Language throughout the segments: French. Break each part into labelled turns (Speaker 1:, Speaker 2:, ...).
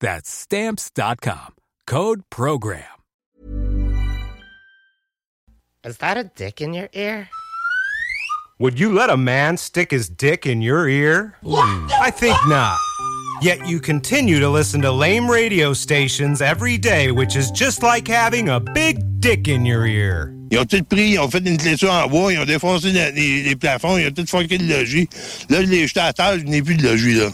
Speaker 1: That's stamps.com. Code program.
Speaker 2: Is that a dick in your ear?
Speaker 3: Would you let a man stick his dick in your ear? I think not. Yet you continue to listen to lame radio stations every day, which is just like having a big dick in your ear.
Speaker 4: Ils ont tout pris, ils ont fait une clé sur en bois, ils ont défoncé la- les, les plafonds, ils ont tout fucké le logis. Là, je l'ai jeté à terre, je n'ai plus de logis, là.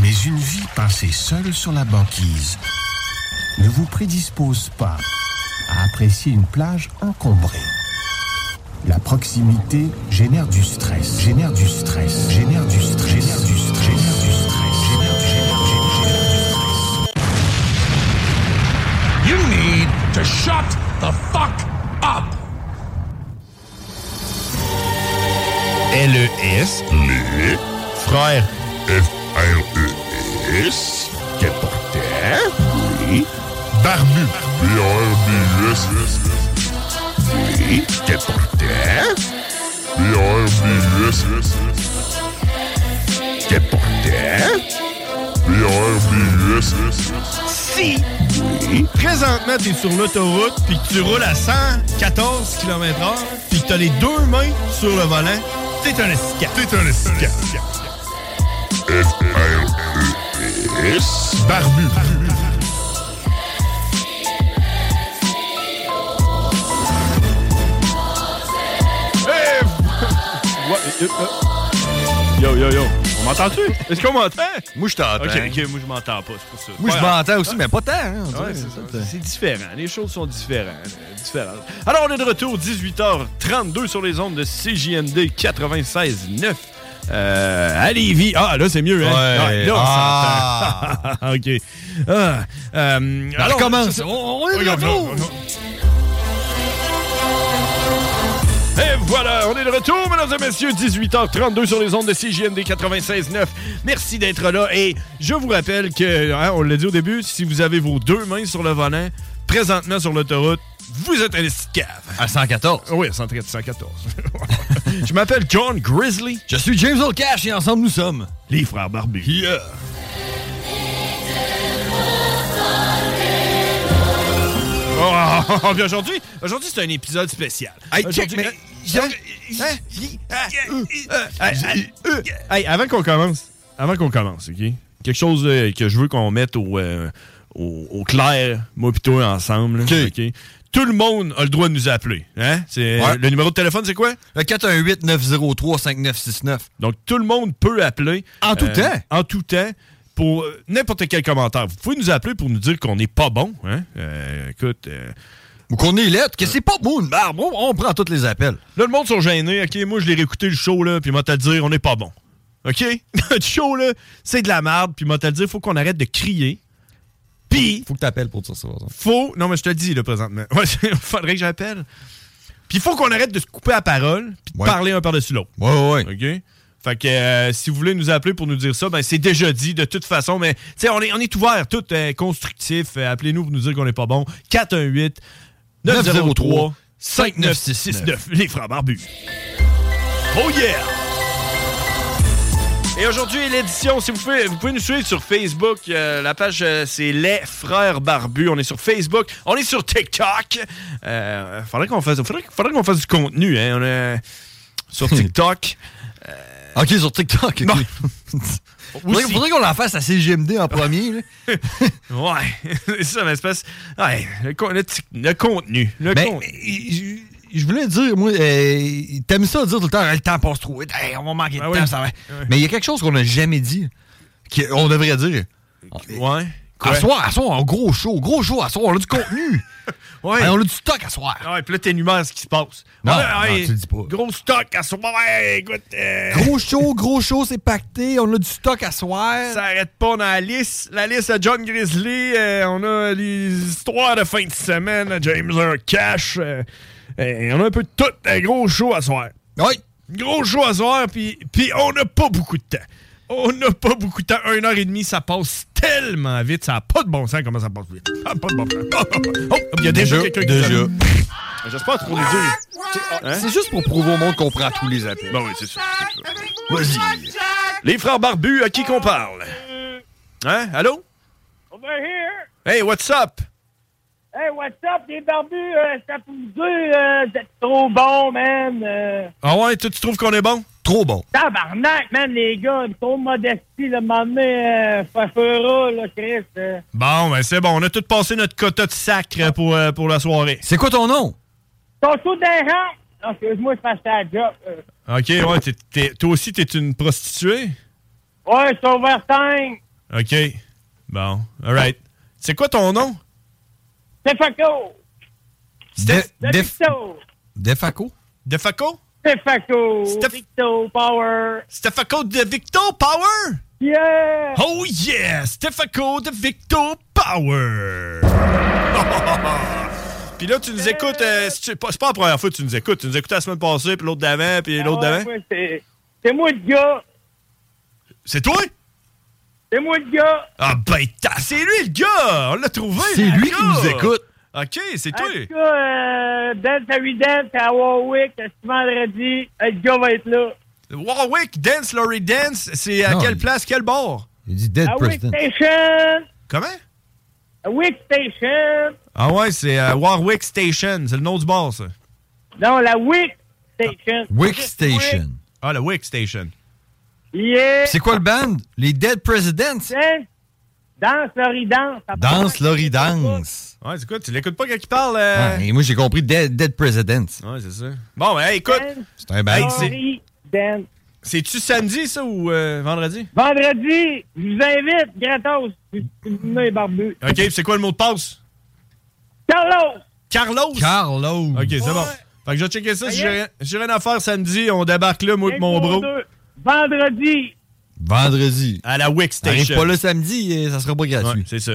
Speaker 5: Mais une vie passée seule sur la banquise ne vous prédispose pas à apprécier une plage encombrée. La proximité génère du stress, génère du stress, génère du stress, génère du stress, génère du stress, génère du génère- génère- génère du stress.
Speaker 6: You need to shut the fuck up.
Speaker 7: L-E-S. E Le. Frère. E F-R-E-S. Capoteur. Oui. Barbu. B-R-B-U-S. E Oui. Capoteur. B-R-B-U-S. Capoteur. B-R-B-U-S.
Speaker 8: Si présentement t'es sur l'autoroute puis que tu roules à 114 km/h puis que t'as les deux mains sur le volant, t'es un escape. T'es un escape.
Speaker 7: F-R-E-S. Barbu.
Speaker 8: Hey! Ouais, euh, euh. Yo, yo, yo. On m'entend-tu? Est-ce qu'on m'entend?
Speaker 9: Moi, je t'entends.
Speaker 8: Ok, ok, moi, je m'entends pas, c'est pour ça.
Speaker 9: Moi, je
Speaker 8: Ouais,
Speaker 9: m'entends aussi, mais pas tant. hein, on
Speaker 8: Ouais,
Speaker 9: dirait.
Speaker 8: c'est ça. C'est différent. Les choses sont différentes. euh, différentes. Alors, on est de retour 18h32 sur les ondes de CJMD 96.9 euh, à Lévis. Ah, là, c'est mieux, hein?
Speaker 9: Ouais.
Speaker 8: Ah, là, on
Speaker 9: Ah.
Speaker 8: s'entend. OK. Ah, euh,
Speaker 9: On recommence.
Speaker 8: c'est ça, On, on est de
Speaker 9: Regarde,
Speaker 8: retour. Et voilà, on est de retour, mesdames et messieurs, 18h32 sur les ondes de CJMD 96.9. Merci d'être là. Et je vous rappelle que, hein, on l'a dit au début, si vous avez vos deux mains sur le volant, présentement sur l'autoroute, vous êtes un escave.
Speaker 9: À 114.
Speaker 8: Oui, à 114. je m'appelle John Grizzly.
Speaker 9: Je suis James O'Cash et ensemble nous sommes
Speaker 8: les frères Barbus.
Speaker 9: Yeah.
Speaker 8: Oh, puis aujourd'hui, aujourd'hui c'est un épisode spécial.
Speaker 9: Hey, check,
Speaker 8: Aujourd'hui-
Speaker 9: mais-
Speaker 8: Hein? Hein? Hein? Hey, hey, hey, avant qu'on commence, avant qu'on commence, ok? Quelque chose euh, que je veux qu'on mette au, euh, au, au clair, moi pis toi, ensemble. là, ok? Tout le monde a le droit de nous appeler. Hein? C'est-
Speaker 9: Ouais.
Speaker 8: Le numéro de téléphone, c'est quoi?
Speaker 9: Le 418-903-5969.
Speaker 8: Donc, tout le monde peut appeler. euh,
Speaker 9: En tout temps.
Speaker 8: En tout temps. Pour euh, n'importe quel commentaire. Vous pouvez nous appeler pour nous dire qu'on n'est pas bon. Hein? Euh, écoute.
Speaker 9: Ou qu'on est lettre, que c'est pas bon une barbe. On, on prend tous les appels.
Speaker 8: Là, le monde sont gênés. OK, moi, je l'ai réécouté le show, là, puis m'a t'a dire, on n'est pas bon. OK? Notre show, là, c'est de la merde, puis m'a t'a dire, faut qu'on arrête de crier. Puis.
Speaker 9: Faut que t'appelles pour dire ça.
Speaker 8: Faut. Non, mais je te le dis, là, présentement. Ouais, faudrait que j'appelle. Puis, faut qu'on arrête de se couper la parole, puis de parler un par-dessus l'autre.
Speaker 9: Ouais, ouais,
Speaker 8: OK? Fait que euh, si vous voulez nous appeler pour nous dire ça, ben c'est déjà dit de toute façon. Mais tu sais, on est, on est ouvert, tout euh, constructif. Euh, Appelez-nous pour nous dire qu'on n'est pas bon. 418 903 5969 Les frères barbus. Oh yeah! Et aujourd'hui, l'édition, si vous pouvez, vous pouvez nous suivre sur Facebook. euh, la page, euh, c'est Les Frères Barbus. On est sur Facebook. On est sur TikTok. Euh, faudrait qu'on fasse, faudrait, faudrait qu'on fasse du contenu. Hein. On a- sur TikTok.
Speaker 9: OK, sur TikTok. ok. Faudrait,
Speaker 8: Aussi.
Speaker 9: faudrait qu'on la fasse à CGMD en premier. là.
Speaker 8: ouais, c'est ça, mais c'est parce- ouais, le, con- le tic- le contenu. Le
Speaker 9: Ben,
Speaker 8: contenu.
Speaker 9: je- je voulais dire, moi, euh, t'aimes ça dire tout le temps, Ah, le temps passe trop vite, Hey, on va manquer de
Speaker 8: Ben
Speaker 9: temps,
Speaker 8: oui.
Speaker 9: ça va.
Speaker 8: Ouais.
Speaker 9: Mais il y a quelque chose qu'on n'a jamais dit, qu'on devrait dire.
Speaker 8: Ouais.
Speaker 9: À soir, à soir, un gros show, gros show, à soir, on a du contenu.
Speaker 8: Ouais. Ah,
Speaker 9: Hey, on a du stock à soir.
Speaker 8: Ouais, puis là, t'énumères ce qui se passe.
Speaker 9: Non,
Speaker 8: Ouais,
Speaker 9: non,
Speaker 8: ouais,
Speaker 9: tu le dis pas.
Speaker 8: Gros stock à son Ouais, écoute, euh,
Speaker 9: Gros show, gros show, c'est pacté, on a du stock à soir.
Speaker 8: ça arrête pas dans la liste. La liste à John Grizzly, euh, on a les histoires de fin de semaine, à James R. Cash. euh, euh, on a un peu de tout. Un gros show à soir.
Speaker 9: Oui.
Speaker 8: Gros show à soir, puis puis on n'a pas beaucoup de temps. On n'a pas beaucoup de temps. Une heure et demie, ça passe tellement vite. Ça n'a pas de bon sens comment ça passe vite. Ça n'a pas de bon sens. Oh, il y a déjà, quelqu'un qui s'allume. J'espère trop les dire.
Speaker 9: C'est juste pour prouver au monde qu'on prend tous les appels.
Speaker 8: Ben oui, c'est ça. c'est ça.
Speaker 9: Vas-y.
Speaker 8: Les frères barbus, à qui qu'on parle? Hein? Allô?
Speaker 10: Over here.
Speaker 8: Hey, what's up?
Speaker 10: Hey, what's up, les barbus? Euh, ça pour vous deux, euh, vous êtes trop bons, man. Euh,
Speaker 8: Ah ouais, toi, tu trouves qu'on est bon?
Speaker 9: Trop bon.
Speaker 10: tabarnak, man, les gars. Trop de modestie, le moment donné, euh, ça fera, là, Chris. euh.
Speaker 8: Bon, ben c'est bon. On a tout passé notre quota de sacre pour, euh, pour la soirée.
Speaker 9: C'est quoi ton nom?
Speaker 10: Ton saut d'un rang. Non, excuse-moi, je passe ta job. euh.
Speaker 8: OK, ouais, t'es- t'es- toi aussi, t'es une prostituée?
Speaker 10: Ouais, je suis overtime.
Speaker 8: OK. Bon, all right. C'est quoi ton nom?
Speaker 10: C'est Faco.
Speaker 9: Def-
Speaker 10: C'est
Speaker 9: Def-
Speaker 10: Victo.
Speaker 9: Defaco?
Speaker 8: Defaco?
Speaker 10: C'est Faco.
Speaker 8: Steph-
Speaker 10: Victo Power.
Speaker 8: Stefaco de Victo Power?
Speaker 10: Yeah.
Speaker 8: Oh yeah! Stefaco de Victo Power! Puis là, tu nous écoutes, euh, si tu- pas- c'est pas la première fois que tu nous écoutes. Tu nous écoutais la semaine passée, puis l'autre d'avant, puis l'autre
Speaker 10: Ah ouais,
Speaker 8: d'avant.
Speaker 10: ouais, c'est- C'est moi le gars.
Speaker 8: C'est toi?
Speaker 10: C'est moi le gars.
Speaker 8: Ah ben, t'as- c'est lui le gars! On l'a trouvé!
Speaker 9: C'est
Speaker 8: le
Speaker 9: lui
Speaker 8: gars!
Speaker 9: qui nous écoute.
Speaker 8: Ok, c'est
Speaker 10: En
Speaker 8: toi!
Speaker 10: tout cas, euh, Dance à Redance à Warwick, ce vendredi, le gars va être là.
Speaker 8: Warwick Dance, Laurie Dance, c'est à
Speaker 9: Non,
Speaker 8: quelle
Speaker 9: il-
Speaker 8: place, quel bar?
Speaker 9: Il dit
Speaker 8: Ah
Speaker 9: Dead
Speaker 10: À Wick
Speaker 9: President.
Speaker 10: Station!
Speaker 8: Comment?
Speaker 10: À Wick Station!
Speaker 8: Ah ouais, c'est à Warwick Station, c'est le nom du bar, ça.
Speaker 10: Non, la Wick Station.
Speaker 9: Wick Station.
Speaker 8: Ah, la Wick Station.
Speaker 10: Yeah!
Speaker 9: C'est quoi le band? Les Dead Presidents?
Speaker 10: Dance, Dance, Laurie, danse. Ça
Speaker 9: Danse,
Speaker 10: part.
Speaker 9: Laurie, danse.
Speaker 8: Ouais, c'est quoi? Tu l'écoutes pas quand il parle? euh?
Speaker 9: Ah, et moi, j'ai compris Dead, Dead Presidents.
Speaker 8: Ouais, c'est ça. Bon, ben, hey, écoute,
Speaker 10: Dance,
Speaker 9: C'est un band.
Speaker 8: Hey, c'est-
Speaker 10: Laurie, Dance.
Speaker 8: c'est-tu samedi, ça, ou euh, vendredi?
Speaker 10: Vendredi, je vous invite, gratos. Vous venez, barbu.
Speaker 8: Ok, c'est quoi le mot de passe?
Speaker 10: Carlos!
Speaker 8: Carlos!
Speaker 9: Carlo.
Speaker 8: ok, c'est bon. Fait que je vais checker ça. Si j'ai rien- j'ai rien à faire samedi, on débarque là, moi et mon bro,
Speaker 10: Vendredi,
Speaker 9: Vendredi.
Speaker 8: à la Wick
Speaker 9: T'arrives
Speaker 8: Station.
Speaker 9: pas là samedi, et ça sera pas
Speaker 8: Ouais,
Speaker 9: gratuit.
Speaker 8: c'est ça.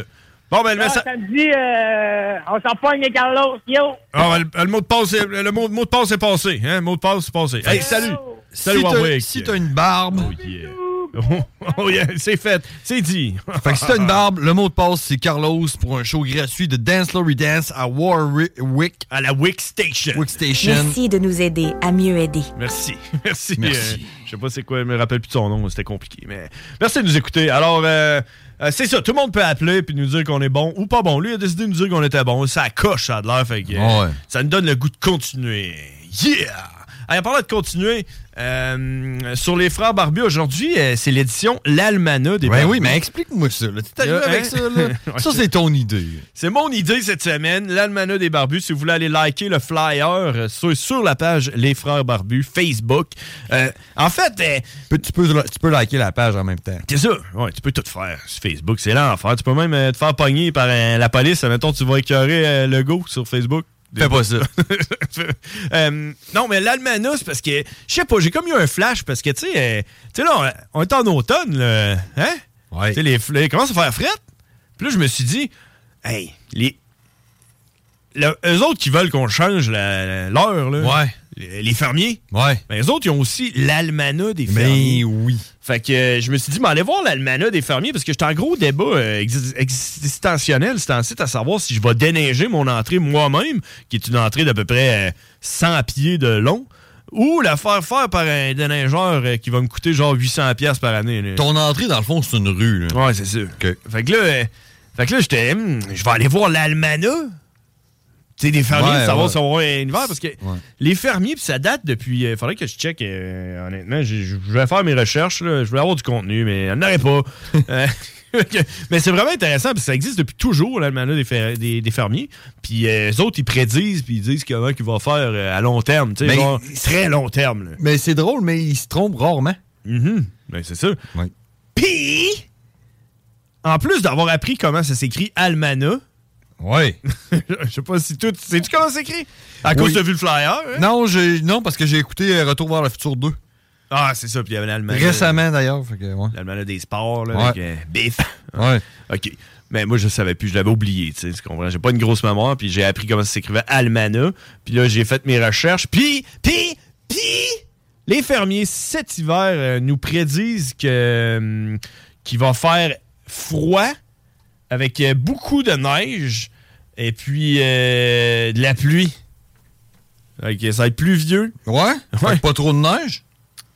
Speaker 8: Bon, ben, le,
Speaker 10: ah,
Speaker 8: messa-
Speaker 10: samedi, euh, on s'en pogne avec Carlos. Yo!
Speaker 8: Ah, ben, le, le mot de passe, est- le, mot, mot de passe est passé. Hein? Le mot de passe est passé. Hey, salut! Salut,
Speaker 9: si t'as
Speaker 8: Warwick.
Speaker 9: si t'as une barbe,
Speaker 8: Oh, yeah. Oh, oh, yeah, c'est fait. C'est dit.
Speaker 9: fait que si t'as une
Speaker 8: Ah,
Speaker 9: barbe, le mot de passe c'est Carlos pour un show gratuit de Dance Laurie Dance à Warwick
Speaker 8: À la Wick Station.
Speaker 9: Wick Station.
Speaker 11: de nous aider à mieux aider.
Speaker 8: Merci. Merci.
Speaker 9: Merci.
Speaker 8: Euh, je sais pas c'est quoi, je me rappelle plus de son nom, c'était compliqué. Mais merci de nous écouter. Alors, euh, euh, c'est ça, tout le monde peut appeler puis nous dire qu'on est bon ou pas bon. Lui il a décidé de nous dire qu'on était bon. Ça coche, ça a de l'air. Fait que, euh,
Speaker 9: Ouais.
Speaker 8: Ça nous donne le goût de continuer. Yeah! Allez, en parlant de continuer, euh, sur les frères Barbus, aujourd'hui, euh, c'est l'édition L'Almana des
Speaker 9: Ben
Speaker 8: Barbus.
Speaker 9: oui, mais explique-moi ça. là. T'es arrivé
Speaker 8: Là,
Speaker 9: avec
Speaker 8: hein?
Speaker 9: ça, là.
Speaker 8: Ouais,
Speaker 9: ça, c'est ton idée.
Speaker 8: C'est mon idée cette semaine, l'almanach des barbus. Si vous voulez aller liker le flyer euh, sur, sur la page Les Frères Barbus Facebook. Euh, en fait, euh,
Speaker 9: Peux- Tu peux, tu peux liker la page en même temps.
Speaker 8: c'est ça. Ouais, tu peux tout faire sur Facebook. C'est l'enfer. Tu peux même euh, te faire pogner par euh, la police. Mettons, tu vas écœurer euh, le go sur Facebook.
Speaker 9: Fais pas ça.
Speaker 8: Euh, non, mais l'almanach, c'est parce que, je sais pas, j'ai comme eu un flash parce que, tu sais, euh, tu sais, là, on, on est en automne, là, hein?
Speaker 9: Ouais.
Speaker 8: Tu sais, les, les, commence à faire frette. Puis là, je me suis dit, hey, les. le- eux autres qui veulent qu'on change la- l'heure, là.
Speaker 9: Ouais.
Speaker 8: Les, les fermiers.
Speaker 9: Ouais.
Speaker 8: Ben, eux autres, ils ont aussi l'almanach des fermiers.
Speaker 9: Mais oui.
Speaker 8: Fait que euh, je me suis dit, mais allez voir l'almanach des fermiers parce que j'étais en gros débat euh, exi- existentiel, c'est en site à savoir si je vais déneiger mon entrée moi-même, qui est une entrée d'à peu près euh, 100 pieds de long, ou la faire faire par un déneigeur euh, qui va me coûter genre 800 pièces par année. là.
Speaker 9: Ton entrée, dans le fond, c'est une rue. là.
Speaker 8: Ouais, c'est sûr.
Speaker 9: OK.
Speaker 8: Fait que là, euh, fait que là j'étais, hmm, je vais aller voir l'almanach. Tu sais, des fermiers,
Speaker 9: Ouais,
Speaker 8: de savoir
Speaker 9: ouais.
Speaker 8: si on va avoir un hiver, parce que
Speaker 9: Ouais.
Speaker 8: les fermiers, puis ça date depuis. Il faudrait que je check, euh, honnêtement. Je je- je vais faire mes recherches, là. je voulais avoir du contenu, mais il n'y en aurait pas. Euh, mais c'est vraiment intéressant, parce que ça existe depuis toujours, l'almanach des, fer- des, des fermiers. Puis les autres, ils prédisent, puis ils disent comment ils vont faire euh, à long terme, tu sais,
Speaker 9: Mais-
Speaker 8: genre très long terme. là.
Speaker 9: Mais c'est drôle, mais ils se trompent rarement.
Speaker 8: Ben, c'est ça. Puis, en plus d'avoir appris comment ça s'écrit Almana.
Speaker 9: Ouais.
Speaker 8: je sais pas si tout. Sais-tu comment ça s'écrit? À cause de vu le flyer. hein?
Speaker 9: Non, j'ai- non, parce que j'ai écouté euh, Retour vers le futur 2.
Speaker 8: Ah, c'est ça. Puis il y avait l'Almanach. euh,
Speaker 9: Récemment d'ailleurs. fait que, ouais.
Speaker 8: L'Almanach des sports, là,
Speaker 9: Ouais.
Speaker 8: avec euh, Biff.
Speaker 9: Ouais.
Speaker 8: OK. Mais moi, je savais plus. Je l'avais oublié, tu sais. Tu comprends? J'ai pas une grosse mémoire. Puis j'ai appris comment ça s'écrivait Almana. Puis là, j'ai fait mes recherches. Puis, puis, puis, les fermiers, cet hiver, euh, nous prédisent que, euh, qu'il va faire froid avec euh, beaucoup de neige et puis euh, de la pluie. Ok, ça va être pluvieux.
Speaker 9: Ouais? Pas trop de neige?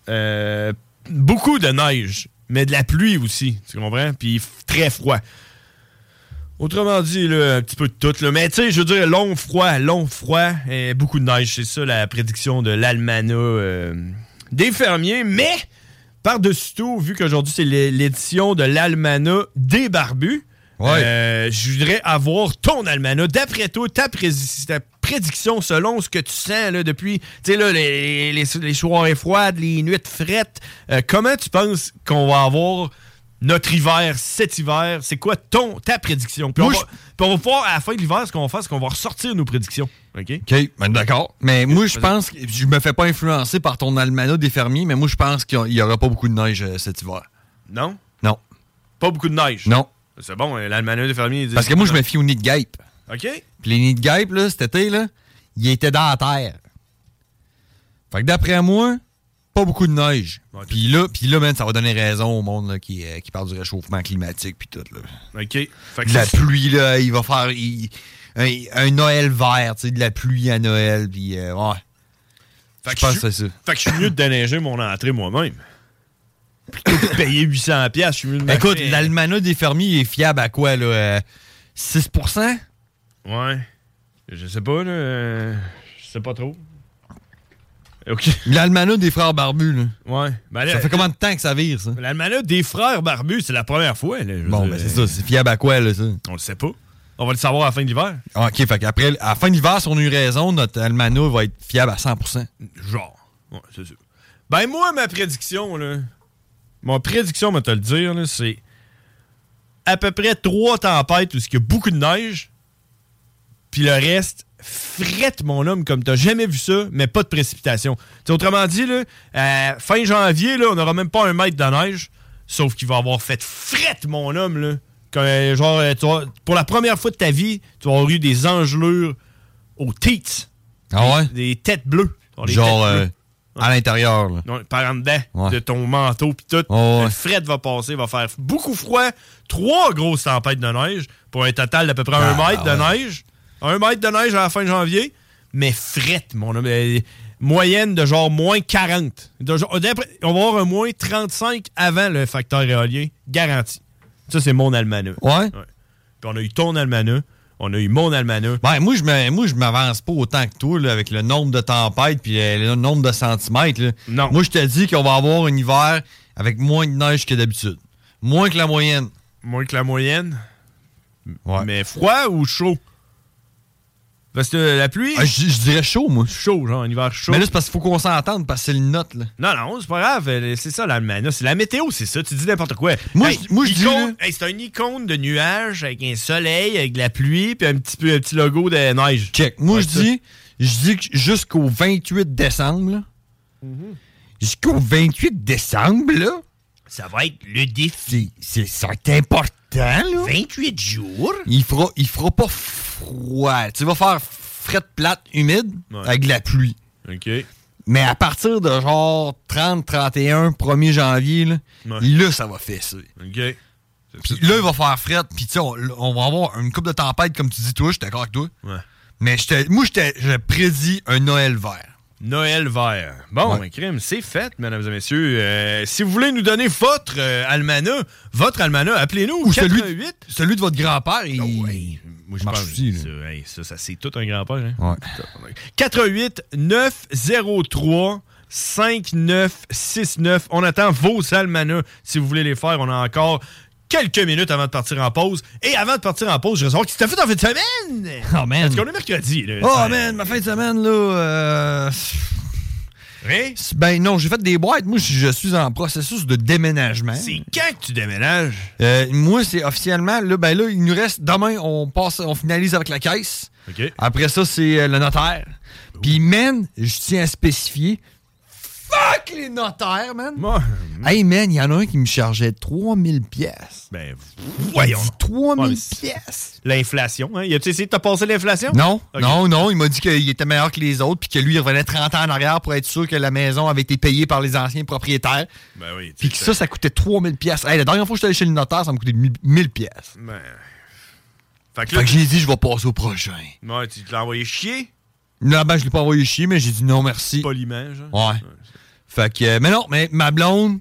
Speaker 8: Euh, beaucoup de neige, mais de la pluie aussi, tu comprends? Puis f- très froid. Autrement dit, là, un petit peu de tout. Là. Mais tu sais, je veux dire, long froid, long froid, et beaucoup de neige. C'est ça la prédiction de l'Almana euh, des fermiers. Mais, par-dessus tout, vu qu'aujourd'hui c'est l'é- l'édition de l'Almana des barbus, euh, je voudrais avoir ton Almana. D'après toi, ta, prési- ta prédiction selon ce que tu sens là, depuis tu sais, là, les, les, les soirées froides, les nuits frettes, euh, comment tu penses qu'on va avoir notre hiver cet hiver? C'est quoi ton ta prédiction? Puis, on va, puis on va pouvoir, à la fin de l'hiver, ce qu'on va faire, c'est qu'on va ressortir nos prédictions. OK?
Speaker 9: OK, ben d'accord. Mais moi, je pense que je me fais pas influencer par ton almanach des fermiers, mais moi, je pense qu'il y aura pas beaucoup de neige euh, cet hiver.
Speaker 8: Non?
Speaker 9: Non.
Speaker 8: Pas beaucoup de neige?
Speaker 9: Non.
Speaker 8: C'est bon, hein, l'almanach des fermiers... ils disent-
Speaker 9: Parce que moi, je me fie au nid de guêpe.
Speaker 8: OK?
Speaker 9: Puis les nids de guêpe, là, cet été, là, ils étaient dans la terre. Fait que d'après moi, pas beaucoup de neige. Puis là, puis là, man, ça va donner raison au monde là, qui, euh, qui parle du réchauffement climatique puis tout. Là.
Speaker 8: OK. Fait que
Speaker 9: De la
Speaker 8: c'est-
Speaker 9: pluie, là, il va faire il- un, un Noël vert, tu sais, de la pluie à Noël, puis euh, ouais.
Speaker 8: Fait
Speaker 9: je
Speaker 8: que
Speaker 9: pense
Speaker 8: je-
Speaker 9: que c'est ça.
Speaker 8: Fait que je suis mieux de déneiger mon entrée moi-même. Plutôt que de payer 800$, piastres, je suis mieux de
Speaker 9: Écoute,
Speaker 8: m'acheter-
Speaker 9: l'almanach des fermiers est fiable à quoi, là? euh, 6%?
Speaker 8: Ouais. Je sais pas, là. euh, Je sais pas trop. OK.
Speaker 9: L'almanach des frères barbus, là.
Speaker 8: Ouais. Ben, là,
Speaker 9: ça fait combien de temps que ça vire, ça?
Speaker 8: L'almanach des frères barbus, c'est la première fois. Là,
Speaker 9: Bon, ben c'est ça, c'est fiable à quoi, là, ça?
Speaker 8: On le sait pas. On va le savoir à la fin de l'hiver.
Speaker 9: Ah, OK, fait qu'après, à la fin de l'hiver, si on a eu raison, notre almanach va être fiable à 100%.
Speaker 8: Genre. Ouais, c'est sûr. Ben, moi, ma prédiction, là. Ma prédiction, on va te le dire, là, c'est à peu près trois tempêtes où il y a beaucoup de neige. Puis le reste, frette, mon homme, comme t'as jamais vu ça, mais pas de précipitation. T'sais, autrement dit, là, euh, fin janvier, là, on n'aura même pas un mètre de neige, sauf qu'il va avoir fait frette, mon homme. Là, Quand, euh, genre, euh, tu vas- pour la première fois de ta vie, tu vas avoir eu des engelures aux teats.
Speaker 9: Ah ouais?
Speaker 8: Des, des têtes bleues. Genre, les
Speaker 9: Genre,
Speaker 8: têtes bleues.
Speaker 9: euh, à l'intérieur, là.
Speaker 8: Non, par en dedans
Speaker 9: Ouais.
Speaker 8: de ton manteau puis tout.
Speaker 9: Oh, ouais.
Speaker 8: Le fret va passer, va faire beaucoup froid. Trois grosses tempêtes de neige pour un total d'à peu près un
Speaker 9: Ah,
Speaker 8: mètre de
Speaker 9: ouais.
Speaker 8: neige. Un mètre de neige à la fin janvier. Mais fret, mon homme. euh, Moyenne de genre moins 40. De genre- d'après- on va avoir un moins 35 avant le facteur éolien. Garanti. Ça, c'est mon almanach.
Speaker 9: Ouais?
Speaker 8: Puis on a eu ton almanach. On a eu mon almanach.
Speaker 9: Ben, moi, je me- moi, je m'avance pas autant que toi, là, avec le nombre de tempêtes puis euh, le nombre de centimètres, là. Moi, je te dis qu'on va avoir un hiver avec moins de neige que d'habitude. Moins que la moyenne.
Speaker 8: Moins que la moyenne. Mais froid ou chaud? Parce que la pluie.
Speaker 9: Ah, je, je dirais chaud, moi.
Speaker 8: Chaud, genre un hiver chaud.
Speaker 9: Mais là, c'est parce qu'il faut qu'on s'entende, parce que c'est le note, là.
Speaker 8: Non, non, c'est pas grave. euh, C'est ça, l'almanach. C'est la météo, c'est ça. Tu dis n'importe quoi.
Speaker 9: Moi, je- moi, je dis,
Speaker 8: icône- hey, c'est un icône de nuages avec un soleil, avec de la pluie, puis un petit, peu, un petit logo de neige.
Speaker 9: Check. Moi, je dis, je dis que jusqu'au 28 décembre, là, jusqu'au 28 décembre, là,
Speaker 8: Ça va être le défi.
Speaker 9: c'est ça qui est important, là.
Speaker 8: 28 jours.
Speaker 9: Il fera, il fera pas froid. Tu vas faire frette plate, humide, avec de la pluie.
Speaker 8: OK.
Speaker 9: Mais à partir de genre 30, 31, 1er janvier, là,
Speaker 8: Ouais.
Speaker 9: là, ça va fesser.
Speaker 8: OK.
Speaker 9: Puis là, il va faire frette. Puis tu sais, on, on va avoir une coupe de tempête, comme tu dis, toi, je suis d'accord avec toi.
Speaker 8: Ouais.
Speaker 9: Mais je te- moi, je te- je prédis un Noël vert.
Speaker 8: Noël vert. Bon, ben, crime, c'est fait, mesdames et messieurs. Euh, si vous voulez nous donner votre euh, almanach, votre almanach, appelez-nous au
Speaker 9: Ou celui,
Speaker 8: 88. Ah
Speaker 9: celui de votre grand-père. il-
Speaker 8: Moi, je
Speaker 9: Marche
Speaker 8: pense
Speaker 9: aussi,
Speaker 8: ça, hey, ça, ça, c'est tout un grand-père. hein.
Speaker 9: Ouais.
Speaker 8: 88 903 5969. On attend vos salmanas si vous voulez les faire. On a encore quelques minutes avant de partir en pause. Et avant de partir en pause, je veux savoir qui s'était fait en fin de semaine.
Speaker 9: Oh, man.
Speaker 8: Parce qu'on est mercredi. Là,
Speaker 9: Oh
Speaker 8: Ça-
Speaker 9: man, ma fin de semaine, là. euh,
Speaker 8: hein?
Speaker 9: C'est- Ben non, j'ai fait des boîtes. Moi, je- je suis en processus de déménagement.
Speaker 8: C'est quand que tu déménages?
Speaker 9: Euh, moi, c'est officiellement, là, ben là, il nous reste, demain, on passe, on finalise avec la caisse.
Speaker 8: OK.
Speaker 9: Après ça, c'est euh, le notaire. Puis, man, je tiens à spécifier. Fuck les notaires, man! Hey, man, il y en a un qui me chargeait 3000 pièces.
Speaker 8: Ben, voyons.
Speaker 9: 3000
Speaker 8: pièces. L'inflation. Hein? Il a-tu essayé de te passer l'inflation?
Speaker 9: Non,
Speaker 8: Ok.
Speaker 9: non, non. Il m'a dit qu'il était meilleur que les autres, puis que lui, il revenait 30 ans en arrière pour être sûr que la maison avait été payée par les anciens propriétaires.
Speaker 8: Ben oui.
Speaker 9: Puis que ça, ça coûtait 3000 pièces. Hey, la dernière fois que j'étais allé chez le notaire, ça me coûtait 1000 pièces.
Speaker 8: Ben. Fait que
Speaker 9: Fait
Speaker 8: là,
Speaker 9: que j'ai dit, je vais passer au prochain.
Speaker 8: Ouais, tu te l'as envoyé chier?
Speaker 9: Là, ben, je l'ai pas envoyé chier, mais j'ai dit non, merci.
Speaker 8: Poliment, genre.
Speaker 9: Ouais. Fait que, euh, mais non, mais ma blonde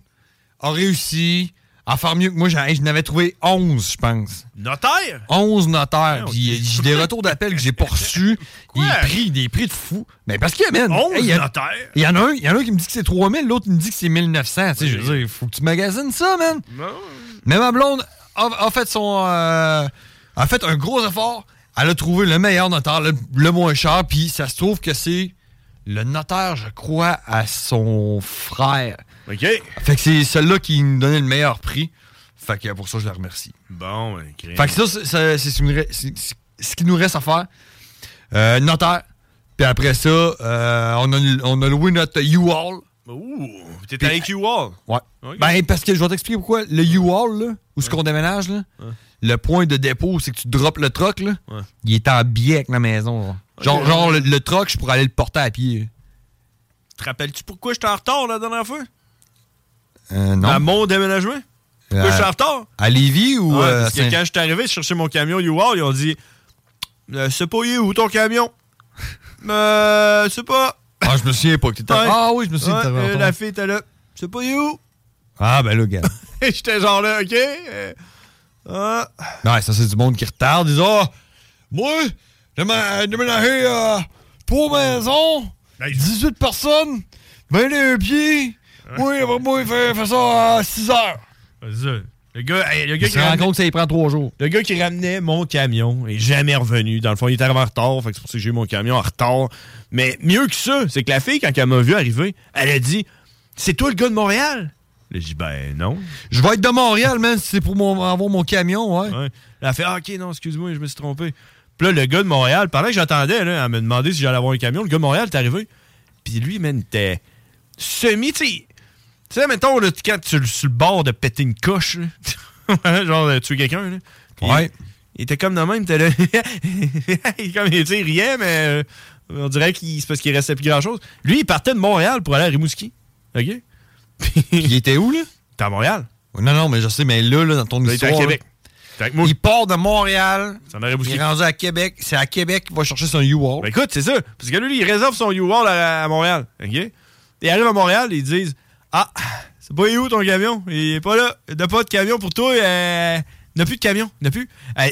Speaker 9: a réussi à faire mieux que moi. J'en- hey, Je n'avais trouvé 11, je pense.
Speaker 8: Notaire?
Speaker 9: 11 notaires. Puis euh, j'ai des retours d'appel que j'ai pas reçus. Des prix, des prix de fou. Mais parce qu'il y a, man,
Speaker 8: 11
Speaker 9: hey, il y a-
Speaker 8: notaires?
Speaker 9: Il y en a un, il y en a un qui me dit que c'est 3000, l'autre il me dit que c'est 1900. Tu sais, je veux dire, faut que tu magasines ça, man. Mais ma blonde a, a fait son. euh, a fait un gros effort. Elle a trouvé le meilleur notaire, le, le moins cher, puis ça se trouve que c'est le notaire, je crois, à son frère.
Speaker 8: OK.
Speaker 9: Fait que c'est celui-là qui nous donnait le meilleur prix. Fait que pour ça, je la remercie.
Speaker 8: Bon, ben, crème.
Speaker 9: Fait que ça, c'est- c'est- c'est ce qui nous re- c'est- c'est ce qui nous reste à faire. Euh, notaire. Puis après ça, euh, on, a, on a loué notre U-Haul.
Speaker 8: Ouh, t'es allé Q-Wall.
Speaker 9: Ouais.
Speaker 8: Ok.
Speaker 9: Ben, parce que je vais t'expliquer pourquoi. Le U-Haul, là, où ce qu'on déménage, là,
Speaker 8: Ouais.
Speaker 9: le point de dépôt, c'est que tu droppes le truck, là,
Speaker 8: Ouais.
Speaker 9: il est en biais avec la maison. là. Genre,
Speaker 8: Ok.
Speaker 9: genre le, le truck, je pourrais aller le porter à pied.
Speaker 8: Te rappelles-tu pourquoi j'étais en retard la dernière fois?
Speaker 9: Euh, non.
Speaker 8: À mon déménagement? Pourquoi
Speaker 9: Euh,
Speaker 8: j'étais en retard?
Speaker 9: À Lévis ou.
Speaker 8: Ouais,
Speaker 9: euh,
Speaker 8: parce que
Speaker 9: Saint-
Speaker 8: quand je suis arrivé, je cherchais mon camion U-Wall, ils ont dit Euh, C'est pas où ton camion? euh, c'est pas.
Speaker 9: Ah, je me souviens pas que t'étais.
Speaker 8: Ouais.
Speaker 9: Ah oui, je me souviens que
Speaker 8: Ouais,
Speaker 9: t'avais
Speaker 8: euh,
Speaker 9: entendu.
Speaker 8: La fille était là. C'est pas où?
Speaker 9: Ah, ben là, gars.
Speaker 8: Et j'étais genre là, OK? euh, ah.
Speaker 9: Ouais, ça, c'est du monde qui retarde. Ils disent Ah, moi, j'ai ma- déménagé euh, trois maisons, 18 personnes, 21 pieds. Oui, moi, il fait, fait ça à 6 heures.
Speaker 8: Vas-y. Le gars, hey, le gars
Speaker 9: Tu te rends compte que ça y prend 3 jours.
Speaker 8: Le gars qui ramenait mon camion est jamais revenu. Dans le fond, il est arrivé en retard. Fait que c'est pour ça que j'ai eu mon camion en retard. Mais mieux que ça, c'est que la fille, quand elle m'a vu arriver, elle a dit C'est toi le gars de Montréal Là, J'ai dit Ben non.
Speaker 9: Je vais être de Montréal, man, si c'est pour mon, avoir mon camion, ouais.
Speaker 8: Ouais. Elle a fait Ah, Ok, non, excuse-moi, je me suis trompé. Puis là, le gars de Montréal, pendant que j'attendais, là, elle me demandait si j'allais avoir un camion. Le gars de Montréal est arrivé. Puis lui, man, il était semi, tu sais. Tu sais, mettons, là, quand tu es sur le bord de péter une coche, là, genre de tuer quelqu'un, là. Puis
Speaker 9: Ouais.
Speaker 8: Il, il était comme de même, il était là. il, comme, tu sais, il riait, mais euh, on dirait qu'il c'est parce qu'il restait plus grand-chose. Lui, il partait de Montréal pour aller à Rimouski. OK?
Speaker 9: il était où, là?
Speaker 8: T'es à Montréal.
Speaker 9: Non, non, mais je sais, mais là, là dans ton
Speaker 8: Là, il était
Speaker 9: histoire.
Speaker 8: à Québec.
Speaker 9: là,
Speaker 8: T'es avec moi.
Speaker 9: Il part de Montréal.
Speaker 8: Ça m'aurait
Speaker 9: Il
Speaker 8: bousqué.
Speaker 9: est rendu à Québec. C'est à Québec qu'il va chercher son U-Haul.
Speaker 8: Ben écoute, c'est ça. Parce que lui, il réserve son U-Haul à, à Montréal. OK? Et il arrive à Montréal, ils disent Ah, c'est pas où ton camion? Il est pas là. Il n'a pas de camion pour toi. euh, il n'a plus de camion. Il n'a plus. Euh,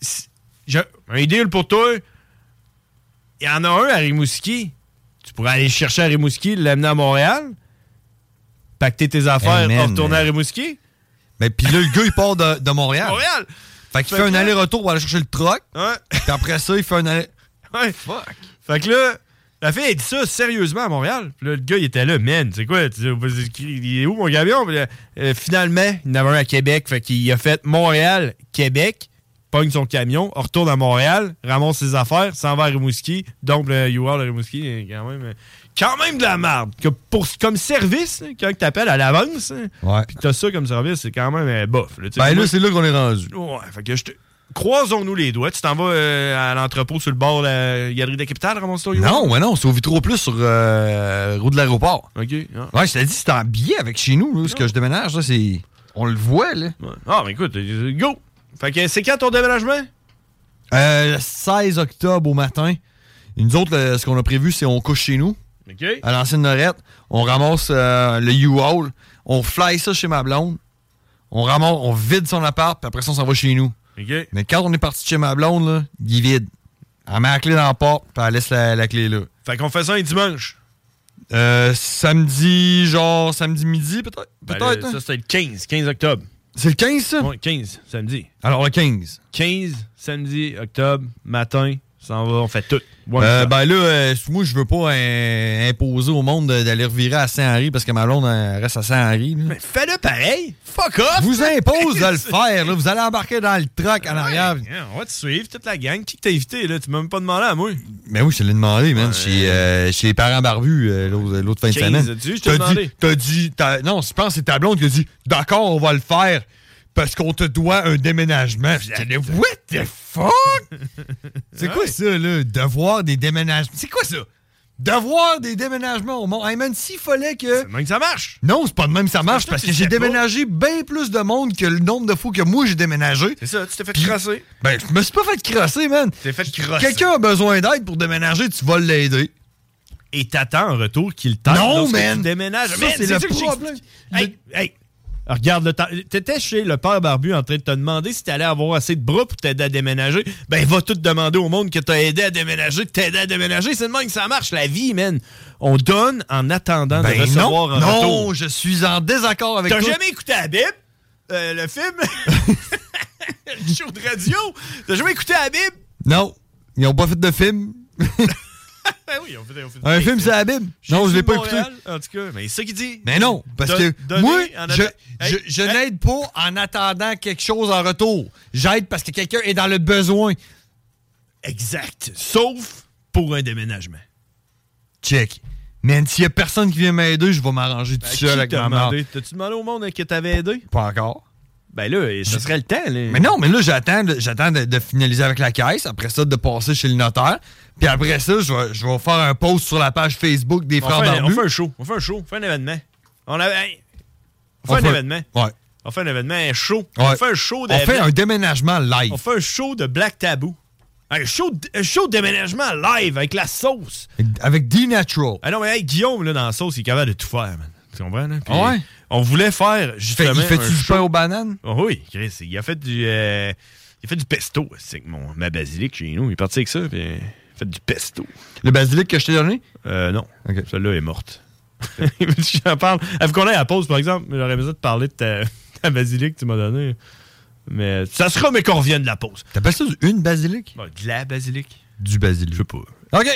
Speaker 8: si- J'ai un deal pour toi. Il y en a un à Rimouski. Tu pourrais aller le chercher à Rimouski, l'amener à Montréal, pacter tes affaires,
Speaker 9: Amen.
Speaker 8: retourner à Rimouski.
Speaker 9: Ben, puis là, le gars, il part de, de Montréal.
Speaker 8: Montréal!
Speaker 9: Fait qu'il
Speaker 8: Fait
Speaker 9: fait un
Speaker 8: que-
Speaker 9: aller-retour pour aller chercher le truck.
Speaker 8: Ouais.
Speaker 9: Puis après ça, il fait un aller.
Speaker 8: Ouais. Fait que là, la fille, elle dit ça sérieusement à Montréal. Puis là, le gars, il était là, man, c'est quoi? Tu sais, Il est où mon camion? Puis là, euh, finalement, il en avait un à Québec. Fait qu'il a fait Montréal, Québec, pogne son camion, retourne à Montréal, ramasse ses affaires, s'en va à Rimouski. Donc, le UR de Rimouski, euh, quand même, euh, quand même de la merde. Que pour, comme service, hein, quand t'appelles à l'avance, hein,
Speaker 9: Ouais.
Speaker 8: puis t'as ça comme service, c'est quand même euh, bof. là, tu sais.
Speaker 9: Ben
Speaker 8: Moi,
Speaker 9: là, c'est là qu'on est rendu.
Speaker 8: Ouais, fait que je te- Croisons-nous les doigts. Tu t'en vas euh, à l'entrepôt sur le bord de la galerie de la capitale, ramasse ton
Speaker 9: Non, ouais, non, c'est au Vitro Plus sur euh, route de l'aéroport.
Speaker 8: OK. Ah,
Speaker 9: Ouais, je t'ai dit, c'est en billet avec chez nous, là, ce que je déménage, là, c'est. On le voit, là.
Speaker 8: ouais. Ah, mais écoute, euh, go! Fait que c'est quand ton déménagement?
Speaker 9: Euh, le 16 octobre au matin. Et nous autres, le- ce qu'on a prévu, c'est on couche chez nous,
Speaker 8: OK.
Speaker 9: à l'ancienne Norette. On ramasse euh, le U-Haul. On fly ça chez ma blonde. On ramasse, on vide son appart, puis après ça, on s'en va chez nous. Mais quand on est parti de chez ma blonde, là, il est vide. Elle met la clé dans la porte, puis elle laisse la, la clé là.
Speaker 8: Fait qu'on fait ça un dimanche.
Speaker 9: Euh, samedi, genre samedi midi, peut-être.
Speaker 8: Ben,
Speaker 9: Peut-être,
Speaker 8: le-
Speaker 9: hein.
Speaker 8: ça, c'était le 15, 15 octobre.
Speaker 9: C'est le 15, ça?
Speaker 8: Oui, 15, samedi.
Speaker 9: Alors, le 15.
Speaker 8: 15, samedi, octobre, matin, s'en va, on fait tout. One
Speaker 9: Euh,
Speaker 8: shot.
Speaker 9: ben là, euh, moi, je veux pas euh, imposer au monde de- d'aller revirer à Saint-Henri parce que ma blonde elle reste à Saint-Henri. Mais
Speaker 8: fais-le pareil! Fuck off!
Speaker 9: Vous impose de le faire, là. Vous allez embarquer dans le truck en arrière.
Speaker 8: Yeah, hein, on va te suivre, toute la gang. Qui que t'as invité, là? Tu m'as même pas demandé à moi.
Speaker 9: Mais Ben oui, je te l'ai demandé, man, chez, euh, chez les parents barbus euh, l'autre l'autre fin de
Speaker 8: 15,
Speaker 9: semaine.
Speaker 8: as-tu vu, je t'ai
Speaker 9: T'as
Speaker 8: demandé.
Speaker 9: dit, t'as dit, t'as- non, je pense que c'est ta blonde qui a dit, d'accord, on va le faire parce qu'on te doit un déménagement. Puis j'étais là, what the fuck? C'est quoi ça, là? Devoir des déménagements. C'est quoi ça? Devoir des déménagements au monde. Hey man, s'il fallait que. C'est
Speaker 8: même que ça marche.
Speaker 9: Non, c'est pas de même que ça marche parce
Speaker 8: tu
Speaker 9: que
Speaker 8: le
Speaker 9: j'ai
Speaker 8: sais pas.
Speaker 9: déménagé bien plus de monde que le nombre de fois que moi j'ai déménagé.
Speaker 8: C'est ça, tu t'es fait
Speaker 9: Puis-
Speaker 8: crasser.
Speaker 9: Ben, je me suis pas fait crasser, man.
Speaker 8: T'es fait crosser.
Speaker 9: Quelqu'un a besoin d'aide pour déménager, tu vas l'aider.
Speaker 8: Et t'attends un retour qu'il t'aide.
Speaker 9: Non,
Speaker 8: lorsque
Speaker 9: man!
Speaker 8: Tu déménages.
Speaker 9: Ça,
Speaker 8: Man,
Speaker 9: c'est le
Speaker 8: ça que j'ai
Speaker 9: problème.
Speaker 8: expliqué. Hey, hey! Regarde, le temps. t'étais chez le père barbu en train de te demander si t'allais avoir assez de bras pour t'aider à déménager. Ben, va tout demander au monde que t'as aidé à déménager, que t'aider à déménager. C'est de même que ça marche, la vie, man. On donne en attendant
Speaker 9: Ben
Speaker 8: de recevoir
Speaker 9: non,
Speaker 8: un
Speaker 9: non,
Speaker 8: retour.
Speaker 9: je suis en désaccord avec
Speaker 8: T'as
Speaker 9: toi.
Speaker 8: jamais écouté la Bible? Euh, le film? le show de radio? T'as jamais écouté la Bible?
Speaker 9: Non, ils ont pas fait de film.
Speaker 8: Ben oui, on fait, on fait
Speaker 9: Un film, c'est la Bible. Non, je l'ai pas écouté.
Speaker 8: En tout cas, mais c'est ça qu'il dit.
Speaker 9: Mais non, parce
Speaker 8: Don-
Speaker 9: que
Speaker 8: donner
Speaker 9: moi,
Speaker 8: en
Speaker 9: je,
Speaker 8: atta-
Speaker 9: je- je n'aide pas en attendant quelque chose en retour. J'aide parce que quelqu'un est dans le besoin.
Speaker 8: Exact. Sauf pour un déménagement.
Speaker 9: Check. Man, s'il y a personne qui vient m'aider, je vais m'arranger tout
Speaker 8: À Ben, qui
Speaker 9: seul avec
Speaker 8: t'as
Speaker 9: ma mère.
Speaker 8: demandé? T'as-tu demandé au monde hein, que t'avais aidé?
Speaker 9: Pas encore.
Speaker 8: Ben là, ce serait le temps.
Speaker 9: Mais non, mais là, j'attends, de- j'attends de, de finaliser avec la caisse. Après ça, de passer chez le notaire. Puis après ça, je vais, je vais faire un post sur la page Facebook des
Speaker 8: on,
Speaker 9: Frères
Speaker 8: fait un, on
Speaker 9: Barbus.
Speaker 8: fait un show. On fait un show. On fait un événement. On, a- hey, on
Speaker 9: On
Speaker 8: fait un
Speaker 9: fait-
Speaker 8: événement.
Speaker 9: Ouais.
Speaker 8: On fait un événement, un show.
Speaker 9: Ouais.
Speaker 8: On fait un show de
Speaker 9: On fait un déménagement live.
Speaker 8: On fait un show de Black Tabou. Un show, d- un show de déménagement live avec la sauce.
Speaker 9: Avec D-Natural.
Speaker 8: Ah non, mais hey, Guillaume, là, dans la sauce, il est capable de tout faire, man. Tu comprends, là? Puis,
Speaker 9: Ah ouais?
Speaker 8: On voulait faire, justement.
Speaker 9: il fait-tu
Speaker 8: un
Speaker 9: du
Speaker 8: show-
Speaker 9: pain aux bananes?
Speaker 8: Oh oui, Chris. Il a fait du. euh, il a fait du pesto, c'est que mon, ma basilic chez nous. Il est parti avec ça, puis il a fait du pesto.
Speaker 9: Le basilic que je t'ai donné?
Speaker 8: Euh, non. Celle-là est morte. J'en parle. Elle qu'on aille à la pause, par exemple. mais J'aurais besoin de parler de ta, ta basilic que tu m'as donnée. Mais ça sera, mais qu'on revienne de la pause.
Speaker 9: T'appelles ça une basilic?
Speaker 8: Bah, de la basilic.
Speaker 9: Du basilic. Je sais
Speaker 8: pas.
Speaker 9: OK.